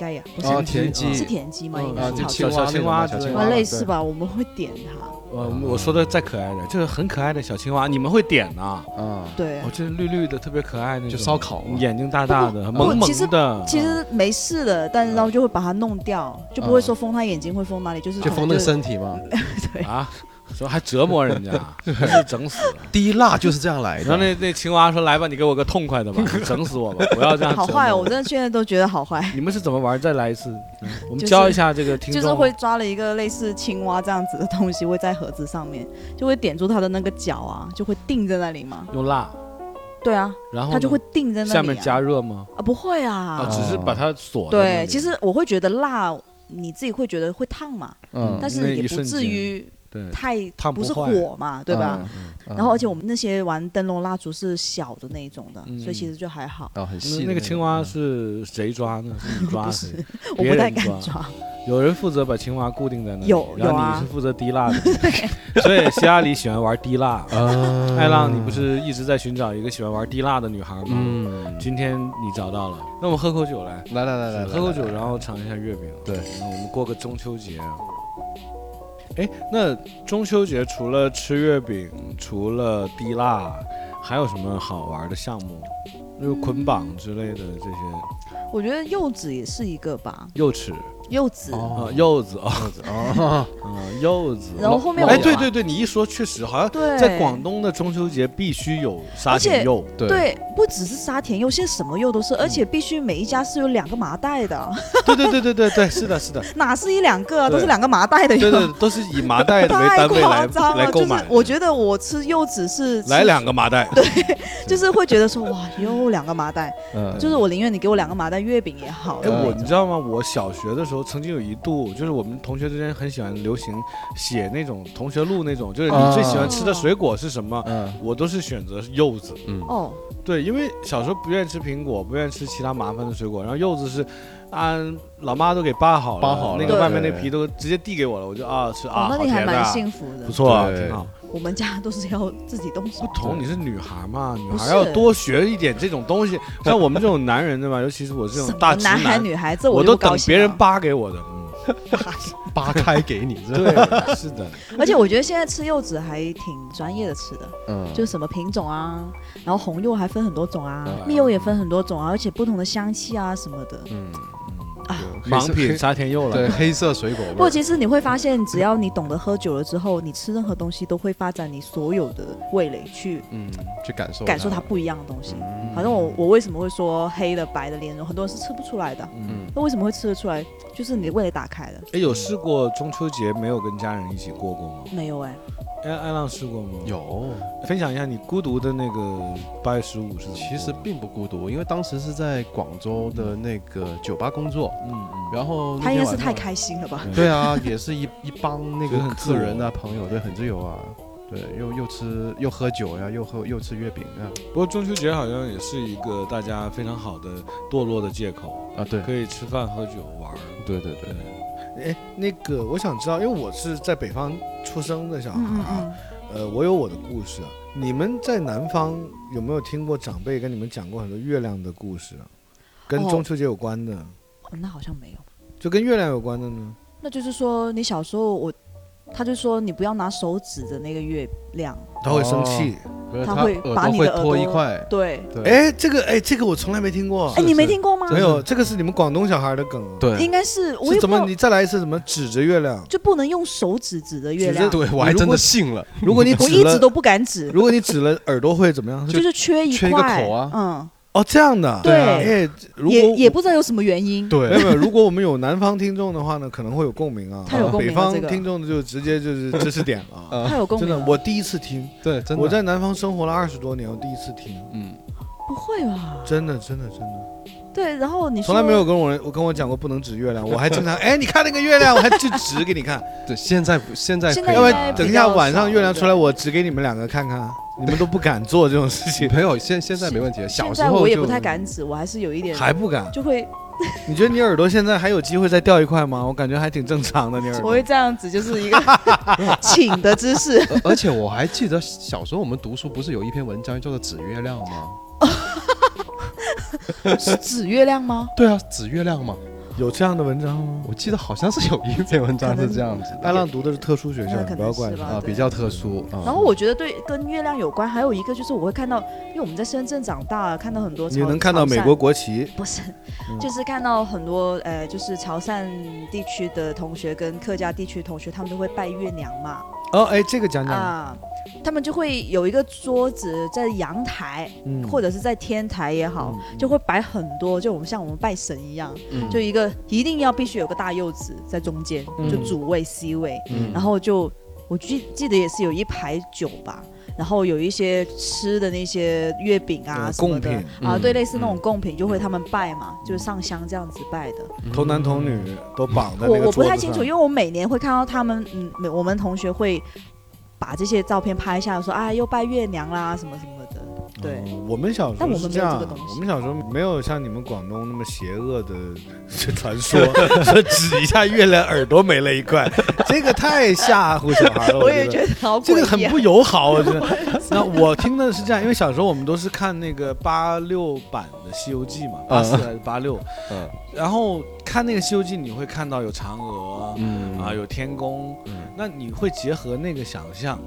Speaker 4: 叫田鸡啊，
Speaker 3: 啊，
Speaker 4: 不
Speaker 1: 哦
Speaker 3: 田
Speaker 4: 是
Speaker 1: 田鸡
Speaker 4: 是
Speaker 3: 鸡
Speaker 4: 田鸡吗？
Speaker 1: 嗯
Speaker 4: 应该
Speaker 3: 啊，
Speaker 4: 是
Speaker 3: 就
Speaker 4: 草
Speaker 1: 鸡
Speaker 4: 地
Speaker 3: 青
Speaker 1: 小
Speaker 3: 蛙
Speaker 1: 青
Speaker 3: 那种
Speaker 1: 蛙
Speaker 3: 小
Speaker 1: 之类
Speaker 3: 青
Speaker 4: 啊，
Speaker 1: 蛙
Speaker 4: 类
Speaker 1: 对
Speaker 4: 似吧，我们会点它，
Speaker 1: 呃，我说的再可爱点，就是很可爱的小青蛙，你们会点呐、
Speaker 3: 啊，
Speaker 4: 对
Speaker 1: 我。这绿绿的，特别可爱那种，嗯
Speaker 3: 就烧烤嘛
Speaker 1: 眼睛大大的，
Speaker 4: 不过
Speaker 1: 萌萌
Speaker 4: 其实
Speaker 1: 的。
Speaker 4: 其实没事的，但是然后就会把它弄掉，就不会说封它眼睛，会封哪里，就是
Speaker 3: 就
Speaker 4: 可能
Speaker 3: 封那个身体嘛，
Speaker 1: 啊，说还折磨人 家，真是整死了。
Speaker 3: 滴蜡就是这样来
Speaker 1: 然后
Speaker 3: 的。
Speaker 1: 那那青蛙说：“来吧，你给我个痛快的吧，你整死我吧，不要这样。”
Speaker 4: 好坏，哦，我真的现在都觉得好坏，
Speaker 1: 你们是怎么玩？再来一次，嗯我们
Speaker 4: 就是
Speaker 1: 教一下这个听
Speaker 4: 就
Speaker 1: 众。
Speaker 4: 是会抓了一个类似青蛙这样子的东西，会在盒子上面，就会点住它的那个脚啊，就会定在那里嘛。
Speaker 1: 用蜡，
Speaker 4: 对啊，
Speaker 1: 然后呢
Speaker 4: 它就会定在那里、啊。
Speaker 1: 下面加热吗？
Speaker 4: 啊，不会啊。
Speaker 1: 啊，只是把它锁在那
Speaker 4: 对，
Speaker 1: 里。
Speaker 4: 其实我会觉得辣，你自己会觉得会烫嘛，
Speaker 3: 嗯
Speaker 4: 但
Speaker 1: 那
Speaker 4: 是
Speaker 1: 一
Speaker 4: 也不
Speaker 1: 瞬
Speaker 4: 至
Speaker 1: 间
Speaker 4: 于
Speaker 1: 对，
Speaker 4: 太
Speaker 1: 烫不
Speaker 4: 是
Speaker 1: 坏
Speaker 4: 火嘛，对吧？
Speaker 3: 嗯嗯
Speaker 4: 然后，而且我们那些玩灯笼蜡烛是小的那一种的，
Speaker 1: 嗯
Speaker 4: 所以其实就还好。
Speaker 3: 啊，很细
Speaker 1: 那
Speaker 3: 的
Speaker 1: 那个
Speaker 3: 种
Speaker 1: 青蛙是谁抓呢？是你抓
Speaker 4: 不
Speaker 1: 谁
Speaker 4: 是？， 我
Speaker 1: 别
Speaker 4: 不太
Speaker 1: 人
Speaker 4: 敢
Speaker 1: 抓
Speaker 4: 抓。
Speaker 1: 有人负责把青蛙固定在那里，
Speaker 4: 有
Speaker 1: 然
Speaker 4: 有
Speaker 1: 后
Speaker 4: 啊
Speaker 1: 你是负责滴 蜡的，所以希拉里喜欢玩滴蜡。
Speaker 3: 啊，
Speaker 1: 艾浪，你不是一直在寻找一个喜欢玩滴蜡的女孩吗？
Speaker 3: 嗯，
Speaker 1: 今天你找到了，那我们喝口酒来，
Speaker 3: 来来来来来，
Speaker 1: 喝口酒，
Speaker 3: 来
Speaker 1: 然后尝一下月饼。
Speaker 3: 对，
Speaker 1: 那我们过个中秋节。哎，那中秋节除了吃月饼，除了滴蜡，还有什么好玩的项目？就是捆绑之类的这些
Speaker 4: 我觉得柚子也是一个吧，
Speaker 1: 幼齿
Speaker 4: 柚子。
Speaker 1: 啊、
Speaker 3: 哦，
Speaker 1: 柚子啊，
Speaker 3: 哦，
Speaker 1: 啊，柚子。
Speaker 4: 然后后面
Speaker 1: 哎，
Speaker 4: 我
Speaker 1: 对对对，你一说确实好像
Speaker 4: 对，
Speaker 1: 在广东的中秋节必须有沙
Speaker 4: 而
Speaker 1: 田
Speaker 4: 且
Speaker 1: 柚，
Speaker 3: 对
Speaker 4: 对，不只是沙田柚，现在什么柚都是，而且必须每一家是有两个麻袋的，
Speaker 1: 对对对对对对，是的，是 的，
Speaker 4: 哪是一两个啊，
Speaker 1: 对
Speaker 4: 都是两个麻袋的
Speaker 1: 对
Speaker 4: 柚。
Speaker 1: 对，都是以麻袋为
Speaker 4: 太
Speaker 1: 单位来
Speaker 4: 夸张
Speaker 1: 来
Speaker 4: 了，
Speaker 1: 购
Speaker 4: 就是
Speaker 1: 买的。
Speaker 4: 我觉得我吃柚子是
Speaker 1: 来
Speaker 4: 吃
Speaker 1: 两个麻袋，
Speaker 4: 就是会觉得说哇，又两个麻袋，
Speaker 3: 嗯，
Speaker 4: 就是我宁愿你给我两个麻袋月饼也
Speaker 1: 哎，
Speaker 4: 好。那
Speaker 1: 我
Speaker 4: 种
Speaker 1: 你知道吗？我小学的时候曾经有一度，就是我们同学之间很喜欢流行写那种同学录那种，就是你最喜欢
Speaker 4: 啊
Speaker 1: 吃的水果是什么？
Speaker 3: 嗯
Speaker 1: 我都是选择柚子，
Speaker 3: 嗯，
Speaker 4: 哦，
Speaker 1: 对，因为小时候不愿意吃苹果，不愿意吃其他麻烦的水果，然后柚子是，啊，老妈都给扒好了，
Speaker 3: 扒好了
Speaker 1: 那个外面那
Speaker 3: 对
Speaker 1: 皮都直接递给我了，我就啊吃啊，
Speaker 4: 哦，那
Speaker 1: 好
Speaker 4: 你还
Speaker 1: 甜
Speaker 4: 蛮
Speaker 1: 的，
Speaker 4: 幸福的
Speaker 1: 不。错啊，
Speaker 3: 对
Speaker 1: 挺好。
Speaker 4: 我们家都是要自己动手
Speaker 1: 不。同，你是女孩嘛，女
Speaker 4: 不
Speaker 1: 孩
Speaker 4: 是
Speaker 1: 要多学一点这种东西。像我们这种男人对吧，尤其是我这
Speaker 4: 什
Speaker 1: 种
Speaker 4: 么
Speaker 1: 大直
Speaker 4: 男孩
Speaker 1: 男，
Speaker 4: 女孩，这
Speaker 1: 我
Speaker 4: 就
Speaker 1: 都
Speaker 4: 不高
Speaker 1: 等
Speaker 4: 兴
Speaker 1: 别人
Speaker 4: 了
Speaker 1: 扒给我的。嗯
Speaker 3: 扒开给 你， 是吧？
Speaker 1: 对，是的，
Speaker 4: 而且我觉得现在吃柚子还挺专业的吃的，
Speaker 3: 嗯，
Speaker 4: 就是什么品种啊，然后红柚还分很多种啊
Speaker 3: 嗯，
Speaker 4: 蜜柚也分很多种啊，而且不同的香气啊什么的。啊
Speaker 3: 嗯对
Speaker 1: 盲
Speaker 3: 黑
Speaker 1: 品
Speaker 3: 色
Speaker 1: 沙田柚
Speaker 3: 黑
Speaker 1: 了，
Speaker 3: 对，黑色水果味儿。
Speaker 4: 不过其实你会发现，只要你懂得喝酒了之后，你吃任何东西都会发展你所有的味蕾去
Speaker 3: 嗯，去感受
Speaker 4: 感受它。不一样的东西。
Speaker 3: 嗯
Speaker 4: 反正我我为什么会说黑的白的莲蓉，很多人是吃不出来的，
Speaker 1: 嗯。
Speaker 4: 那为什么会吃得出来？就是你的味蕾打开了。
Speaker 1: 哎，有试过中秋节没有跟家人一起过过吗？
Speaker 4: 没有哎、
Speaker 1: 艾艾浪试过吗？，
Speaker 3: 有，
Speaker 1: 分享一下你孤独的那个八月十五是怎么过的？
Speaker 3: 其实并不孤独，因为当时是在广州的那个酒吧工作，
Speaker 1: 嗯，嗯
Speaker 3: 然后那
Speaker 4: 他应该
Speaker 3: 天
Speaker 4: 是
Speaker 3: 晚
Speaker 4: 太
Speaker 3: 上
Speaker 4: 开心了吧？
Speaker 3: 对啊，也是一一帮那
Speaker 1: 就是
Speaker 3: 个
Speaker 1: 很自
Speaker 3: 客
Speaker 1: 由
Speaker 3: 人啊、朋友，对，很自由啊，对，又又吃又喝酒呀、又喝又吃月饼啊，
Speaker 1: 不过中秋节好像也是一个大家非常好的堕落的借口，
Speaker 3: 啊，对，
Speaker 1: 可以吃饭、喝酒、玩儿。
Speaker 3: 对对对，
Speaker 1: 对，哎，那个我想知道，因为我是在北方出生的小孩
Speaker 4: 嗯嗯
Speaker 1: 啊，
Speaker 4: 嗯，
Speaker 1: 呃，我有我的故事。啊你们在南方有没有听过长辈跟你们讲过很多月亮的故事啊，跟
Speaker 4: 哦
Speaker 1: 中秋节有关的，
Speaker 4: 哦那好像没有。
Speaker 1: 就跟月亮有关的呢？
Speaker 4: 那就是说，你小时候我，他就说你不要拿手指的那个月亮，
Speaker 1: 他会生气。
Speaker 3: 不是
Speaker 4: 他
Speaker 3: 他
Speaker 4: 会
Speaker 3: 耳朵
Speaker 4: 把你
Speaker 3: 会
Speaker 4: 的耳
Speaker 3: 脱一
Speaker 4: 朵
Speaker 3: 块，
Speaker 4: 对，
Speaker 3: 对，
Speaker 1: 哎，这个哎，这个我从来没听过
Speaker 4: 哎，，你没听过吗？
Speaker 1: 没有，这个是你们广东小孩的梗啊。
Speaker 3: 对
Speaker 4: 应该是我
Speaker 1: 是
Speaker 4: 也
Speaker 1: 怎
Speaker 4: 不
Speaker 1: 么？你再来一次，怎么指着月 亮？
Speaker 4: 就不能用手指指的月
Speaker 1: 指着
Speaker 4: 亮，
Speaker 3: 对，我还
Speaker 1: 你如
Speaker 3: 真
Speaker 1: 果
Speaker 3: 的信 了，
Speaker 1: 如果你
Speaker 4: 我
Speaker 1: 指
Speaker 4: 一直
Speaker 1: 了，
Speaker 4: 都不敢指，
Speaker 1: 如果你指了耳朵会怎么样？
Speaker 4: 就
Speaker 1: 就是
Speaker 4: 缺一
Speaker 3: 缺一个
Speaker 4: 块，
Speaker 3: 口啊
Speaker 1: 哦，这样的。
Speaker 4: 对
Speaker 1: 哎，
Speaker 4: 嗯，
Speaker 1: 如
Speaker 4: 也
Speaker 1: 果
Speaker 4: 也不知道有什么原因，
Speaker 1: 没有没有，如果我们有南方听众的话呢，可能会有共鸣啊。
Speaker 4: 太有共鸣了
Speaker 1: 北方
Speaker 4: 这个
Speaker 1: 听众就直接就是知识点了。啊
Speaker 4: 太有共
Speaker 1: 真
Speaker 4: 鸣啊
Speaker 1: 的
Speaker 4: 了。，
Speaker 1: 我第一次听，
Speaker 3: 对，真的，
Speaker 1: 我在南方生活了二十多年，我第一次听，
Speaker 3: 嗯，
Speaker 4: 不会吧？
Speaker 1: 真的真的真的，
Speaker 4: 对，然后你说
Speaker 1: 从来没有跟我我跟我讲过不能指月亮，我还经常哎，你看那个月亮，我还去指给你 看，
Speaker 3: 对，现在不现在
Speaker 4: 现
Speaker 3: 可
Speaker 4: 在
Speaker 3: 以
Speaker 1: 要不
Speaker 4: 应该
Speaker 1: 然
Speaker 3: 了
Speaker 4: 比
Speaker 1: 等一下
Speaker 4: 较
Speaker 1: 晚上
Speaker 4: 少
Speaker 1: 月亮出来，
Speaker 4: 对
Speaker 1: 我指给你们两个看看，你们都不敢做这种事情，
Speaker 3: 没有，现现在没问题了，小
Speaker 4: 现
Speaker 3: 时
Speaker 4: 在
Speaker 3: 候
Speaker 4: 我也
Speaker 3: 就
Speaker 4: 不太，敢指，我还 是有一点
Speaker 1: 还不敢？
Speaker 4: 就会
Speaker 1: 你觉得你耳朵现在还有机会再掉一块吗？我感觉还挺正常的，你耳
Speaker 4: 我
Speaker 1: 朵
Speaker 4: 会这样子，就 是一个请的姿势。
Speaker 3: 而而且我还记得小时候我们读书不是有一篇文章叫做《指月亮》吗？
Speaker 4: 是指月亮吗？
Speaker 3: 对啊，指月亮嘛，
Speaker 1: 有这样的文章吗？
Speaker 3: 我记得好像是有一篇文章
Speaker 4: 可
Speaker 3: 是
Speaker 4: 能
Speaker 3: 这样子的，
Speaker 1: 艾浪读的是特殊学校
Speaker 4: 那，可
Speaker 1: 你
Speaker 4: 能
Speaker 1: 不要怪
Speaker 4: 是
Speaker 1: 他
Speaker 4: 吧。
Speaker 3: 啊，
Speaker 4: 对
Speaker 3: 比较特殊啊。
Speaker 4: 然后我觉得对跟月亮有关，还有一个就是我会看到，因为我们在深圳长大，看到很多
Speaker 1: 你
Speaker 4: 潮
Speaker 1: 能看到美国国旗
Speaker 4: 潮汕，不是
Speaker 1: 嗯，
Speaker 4: 就是看到很多呃，就是潮汕地区的同学跟客家地区同学，他们都会拜月娘嘛
Speaker 1: 哦，哎，这个讲讲，
Speaker 4: 啊，他们就会有一个桌子在阳台
Speaker 1: 嗯
Speaker 4: 或者是在天台也好，就会摆很多，就我们像我们拜神一样，
Speaker 3: 嗯
Speaker 4: 就一个一定要必须有个大柚子在中间，
Speaker 1: 嗯
Speaker 4: 就主位 C 位，
Speaker 1: 嗯
Speaker 4: 然后就我记记得也是有一排酒吧，然后有一些吃的那些月饼啊
Speaker 1: 嗯
Speaker 4: 什么
Speaker 1: 贡
Speaker 4: 的
Speaker 1: 品
Speaker 4: 啊，
Speaker 3: 嗯
Speaker 4: 对，类似那种贡品就会他们拜嘛，就是上香这样子拜的。
Speaker 1: 童男童女都绑在那个
Speaker 4: 嗯我我不
Speaker 1: 桌
Speaker 4: 太
Speaker 1: 子
Speaker 4: 清楚，
Speaker 1: 上
Speaker 4: 因为我每年会看到他们，嗯，每我们同学会把这些照片拍下来，说啊又拜月娘啦什么什么的。对，
Speaker 1: 哦我们小时
Speaker 4: 但
Speaker 1: 候
Speaker 4: 我
Speaker 1: 是
Speaker 4: 们
Speaker 1: 这
Speaker 4: 没有
Speaker 1: 样
Speaker 4: 这个东，西
Speaker 1: 我们小时候没有像你们广东那么邪恶 的传说，说指一下月亮耳朵没了一块，这个太吓唬小孩了。
Speaker 4: 我
Speaker 1: 我
Speaker 4: 也
Speaker 1: 得
Speaker 4: 觉得好
Speaker 1: 哦这
Speaker 4: 诡
Speaker 1: 个很
Speaker 4: 异啊。
Speaker 1: 不友好，我觉得。那我听的是这样，因为小时候我们都是看那个八六版的《西游记》嘛，八四还是八六，
Speaker 3: 嗯
Speaker 1: 然后看那个《西游记》，你会看到有嫦娥，
Speaker 3: 嗯
Speaker 1: 啊，有天宫，
Speaker 3: 嗯
Speaker 1: 那你会结合那个想象。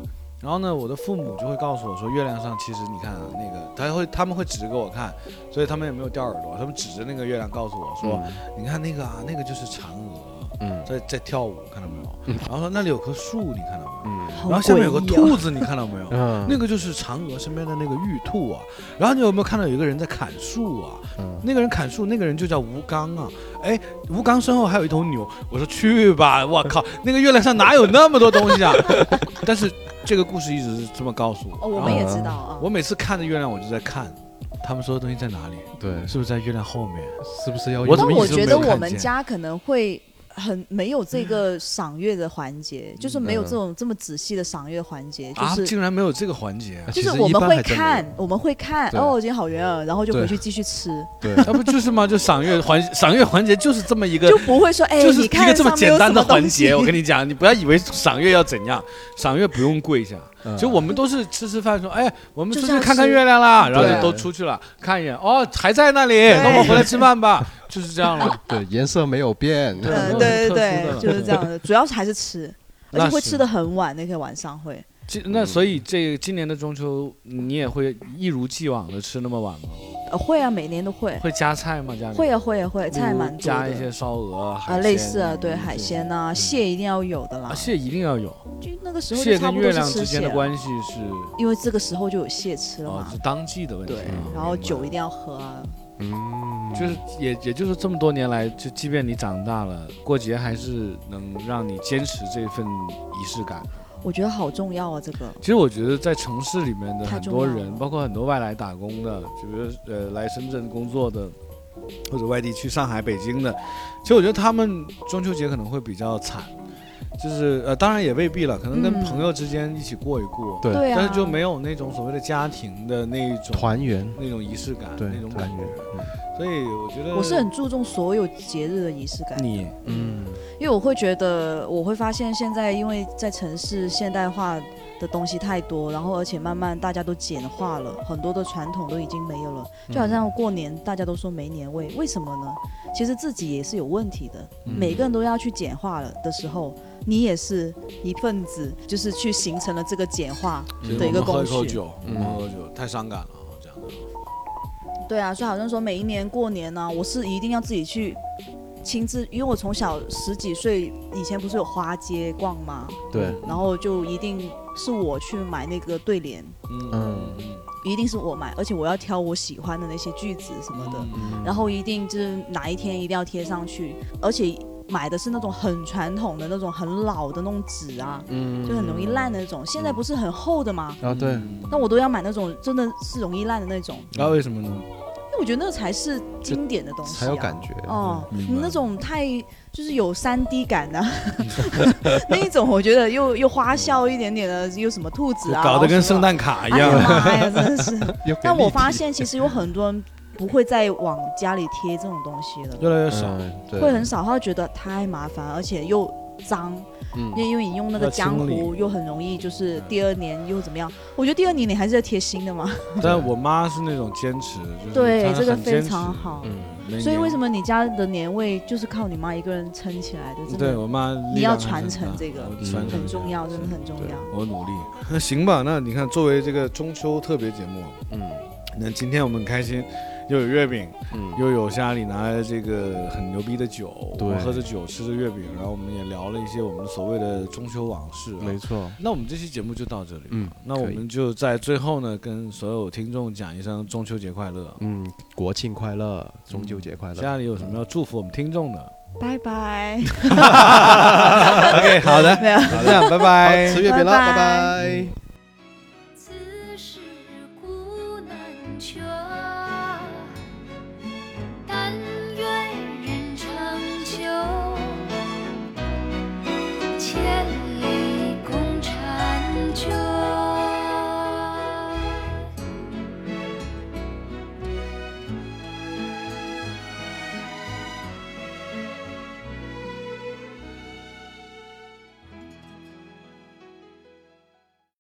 Speaker 1: 然后呢，我的父母就会告诉我说，月亮上其实你看啊，那个他会他们会指着给我看，所以他们也没有掉耳朵，他们指着那个月亮告诉我
Speaker 4: 嗯
Speaker 1: 说，你看那个啊，那个就是嫦娥
Speaker 3: 嗯
Speaker 1: 在在跳舞，看到没有？然后说那里有棵树，你看到没有？
Speaker 3: 嗯
Speaker 4: 嗯好
Speaker 1: 然后下面有个
Speaker 4: 诡异哦
Speaker 1: 兔子，你看到 没有？
Speaker 3: 嗯
Speaker 1: 那个就是嫦娥身边的那个玉兔啊。然后你有没有看到有一个人在砍树啊？
Speaker 3: 嗯
Speaker 1: 那个人砍树，那个人就叫吴刚啊。哎，吴刚身后还有一头牛。我说去吧，我靠，那个月亮上哪有那么多东西啊？ 但是这个故事一直是这么告诉我。
Speaker 4: 哦，我
Speaker 1: 然
Speaker 4: 们
Speaker 1: 后
Speaker 4: 也知道啊。
Speaker 1: 我每次看着月亮，我就在看，他们说的东西在哪里？
Speaker 3: 对，
Speaker 1: 是不是在月亮后面？
Speaker 3: 是不是要
Speaker 1: 我
Speaker 3: 用
Speaker 1: 怎
Speaker 4: 但
Speaker 1: 么
Speaker 4: 我
Speaker 1: 一直
Speaker 4: 觉
Speaker 1: 没
Speaker 4: 得
Speaker 1: 有
Speaker 4: 我
Speaker 1: 看
Speaker 4: 们
Speaker 1: 见
Speaker 4: 家可能会很没有这个赏月的环节，就是没有这种这么仔细的赏月环节，就
Speaker 1: 嗯啊，
Speaker 4: 是。
Speaker 1: 竟然没有这个环节啊！
Speaker 4: 就
Speaker 3: 其
Speaker 4: 是
Speaker 3: 实
Speaker 4: 我
Speaker 3: 一
Speaker 4: 们
Speaker 3: 般
Speaker 4: 会
Speaker 3: 还真没
Speaker 4: 看
Speaker 3: 有，
Speaker 4: 我们会看，
Speaker 3: 对
Speaker 4: 哦，今天好圆啊，然后就
Speaker 3: 对
Speaker 4: 回去继续吃，
Speaker 3: 对，
Speaker 1: 那不就是吗？就赏月环赏月环节就是这么一个
Speaker 4: 就不会说，哎，
Speaker 1: 就是
Speaker 4: 你
Speaker 1: 一
Speaker 4: 看
Speaker 1: 个这
Speaker 4: 上
Speaker 1: 么
Speaker 4: 面
Speaker 1: 简
Speaker 4: 有什
Speaker 1: 单的
Speaker 4: 么
Speaker 1: 环
Speaker 4: 东
Speaker 1: 节，
Speaker 4: 西，
Speaker 1: 我跟你讲，你不要以为赏月要怎样，赏月不用跪下，
Speaker 3: 嗯
Speaker 1: 其实我们都是吃吃饭说，哎，我们
Speaker 2: 就
Speaker 1: 出
Speaker 2: 像
Speaker 1: 去看看
Speaker 2: 是
Speaker 1: 月亮啦，然后
Speaker 3: 对
Speaker 1: 就都出去了，看一眼，哦，还在那里，那我们回来吃饭吧， 就是这样 了。
Speaker 3: 对颜色没有变，
Speaker 1: 对
Speaker 4: 呃
Speaker 1: 没有
Speaker 4: 对对
Speaker 1: 什么特殊的
Speaker 4: 对，
Speaker 1: 了
Speaker 4: 就是这样的，主要是还 是吃，而且
Speaker 1: 那
Speaker 4: 会
Speaker 1: 是
Speaker 4: 吃的很晚，那个晚上会。
Speaker 1: 今那所以这今年的中秋，你也会一如既往的吃那么晚吗？
Speaker 4: 呃，会啊，每年都会，
Speaker 1: 会加菜吗？家里
Speaker 4: 会啊，会啊，会啊，
Speaker 1: 比如
Speaker 4: 菜蛮多
Speaker 1: 加一
Speaker 4: 的。
Speaker 1: 些烧鹅
Speaker 4: 啊，类似啊，对海。
Speaker 1: 鲜嗯
Speaker 4: 鲜呐，蟹一定要有的啦
Speaker 1: 啊，。蟹一定要有，
Speaker 4: 就那个时候就
Speaker 1: 蟹
Speaker 4: 差
Speaker 1: 跟
Speaker 4: 不多
Speaker 1: 月
Speaker 4: 是
Speaker 1: 亮
Speaker 4: 吃
Speaker 1: 之
Speaker 4: 蟹啊
Speaker 1: 间
Speaker 4: 了
Speaker 1: 的，关系是
Speaker 4: 因为这个时候就有蟹吃了
Speaker 1: 哦，
Speaker 4: 嘛
Speaker 1: 是。当季的问题
Speaker 4: 对
Speaker 1: 啊。，
Speaker 4: 然后
Speaker 1: 明白
Speaker 4: 酒一定要喝啊。
Speaker 3: 嗯，
Speaker 1: 就是也也就是这么多年来，就即便你长大了，过节还是能让你坚持这份仪式感。
Speaker 4: 我觉得好重要啊，这个。
Speaker 1: 其实我觉得在城市里面的
Speaker 4: 太
Speaker 1: 很
Speaker 4: 重
Speaker 1: 多
Speaker 4: 要
Speaker 1: 人
Speaker 4: 了，
Speaker 1: 包括很多外来打工的，比如呃来深圳工作的，或者外地去上海、北京的，其实我觉得他们中秋节可能会比较惨，就是呃当然也未必了，可能跟
Speaker 4: 嗯
Speaker 1: 朋友之间一起过一过，
Speaker 3: 对
Speaker 4: 对啊。
Speaker 1: 但是就没有那种所谓的家庭的那种
Speaker 3: 团圆，
Speaker 1: 那种仪式感，
Speaker 3: 对
Speaker 1: 那种感
Speaker 3: 团
Speaker 1: 觉
Speaker 3: 圆。，
Speaker 1: 所以我觉得
Speaker 4: 我是很注重所有节日的仪式感，
Speaker 1: 你
Speaker 3: 嗯，
Speaker 4: 因为我会觉得，我会发现现在因为在城市现代化的东西太多，然后而且慢慢大家都简化了，很多的传统都已经没有了。就好像过年大家都说没年味，为什么呢？其实自己也是有问题的，每个人都要去简化了的时候。你也是一份子，就是去形成了这个简化
Speaker 1: 其实
Speaker 4: 的一个
Speaker 1: 我们喝嗯
Speaker 4: 工
Speaker 1: 一口
Speaker 4: 序。
Speaker 1: 酒，
Speaker 3: 嗯
Speaker 1: 我们喝口酒太伤感了啊，这样子。
Speaker 4: 对啊，所以好像说每一年过年呢、我是一定要自己去亲自，因为我从小十几岁以前不是有花街逛吗？
Speaker 3: 对，
Speaker 4: 嗯然后就一定是我去买那个对联，
Speaker 3: 嗯
Speaker 4: 一定是我买，而且我要挑我喜欢的那些句子什么
Speaker 3: 嗯
Speaker 4: 的，然后一定就是哪一天一定要贴上去，而且买的是那种很传统的那种很老的那种纸啊，
Speaker 3: 嗯
Speaker 4: 就很容易烂的那种。现在不是很厚的吗？
Speaker 3: 啊，
Speaker 1: 嗯
Speaker 3: 对，
Speaker 4: 那我都要买那种真的是容易烂的那种，
Speaker 1: 那啊为什么呢？
Speaker 4: 因为我觉得那个才是经典的东西、啊，
Speaker 3: 嗯才有感觉，
Speaker 4: 哦，
Speaker 1: 嗯明
Speaker 4: 你
Speaker 1: 白
Speaker 4: 那种太就是有三 D 感的、 那一种，我觉得又又花哨一点点的，又什么兔子啊，
Speaker 1: 搞得跟
Speaker 4: 老鼠啊
Speaker 1: 圣诞卡一
Speaker 4: 哎呀
Speaker 1: 样。
Speaker 4: 妈呀，真的是！
Speaker 1: 嗯
Speaker 3: 又嗯给
Speaker 4: 但我
Speaker 3: 立体
Speaker 4: 发现其实有很多人不会再往家里贴这种东西 了，
Speaker 1: 越来越少，
Speaker 3: 嗯对，
Speaker 4: 会很少，他会觉得太麻烦，而且又脏，
Speaker 3: 嗯
Speaker 4: 因为因为你用那个
Speaker 1: 要
Speaker 4: 浆
Speaker 1: 清
Speaker 4: 糊
Speaker 1: 理
Speaker 4: 又很容易，就是第二年又怎么样？我觉得第二年你还是要贴新的嘛。
Speaker 1: 但我妈是那种坚持，就是
Speaker 4: 对
Speaker 1: 她
Speaker 4: 这个
Speaker 1: 嗯很坚
Speaker 4: 非
Speaker 1: 持
Speaker 4: 常
Speaker 1: 嗯
Speaker 4: 好
Speaker 3: 嗯
Speaker 1: 每
Speaker 4: 所以
Speaker 1: 年
Speaker 4: 为什么你家的年味就是靠你妈一个人撑起来的？真
Speaker 1: 对
Speaker 4: 的
Speaker 1: 我妈
Speaker 4: 你
Speaker 1: 力
Speaker 4: 要
Speaker 1: 量还是
Speaker 4: 传
Speaker 1: 很
Speaker 4: 承
Speaker 1: 大
Speaker 4: 这个
Speaker 1: 我
Speaker 3: 嗯
Speaker 1: 传承
Speaker 4: 很
Speaker 1: 这
Speaker 4: 重
Speaker 1: 个
Speaker 4: 要，真的很重要。
Speaker 1: 我努力。那行吧，那你看，作为这个中秋特别节目，啊
Speaker 3: 嗯
Speaker 1: 那今天我们很开心，又有月饼，
Speaker 3: 嗯，
Speaker 1: 又有家里拿来这个很牛逼的酒，
Speaker 3: 对
Speaker 1: 我们喝着酒，吃着月饼，然后我们也聊了一些我们所谓的中秋往事、啊。
Speaker 3: 没错，
Speaker 1: 那我们这期节目就到这里吧。
Speaker 3: 嗯
Speaker 1: 那我
Speaker 3: 可以
Speaker 1: 们就在最后呢，跟所有听众讲一声中秋节快乐。
Speaker 3: 嗯，国庆快乐，中秋节快乐，
Speaker 1: 家里有什么要祝福我们听众的
Speaker 4: 拜拜。
Speaker 1: ？OK，好的，
Speaker 4: 没有
Speaker 1: 好的，拜拜。
Speaker 3: 好吃月饼了，
Speaker 4: 拜拜
Speaker 3: 拜拜
Speaker 6: 此事古难求，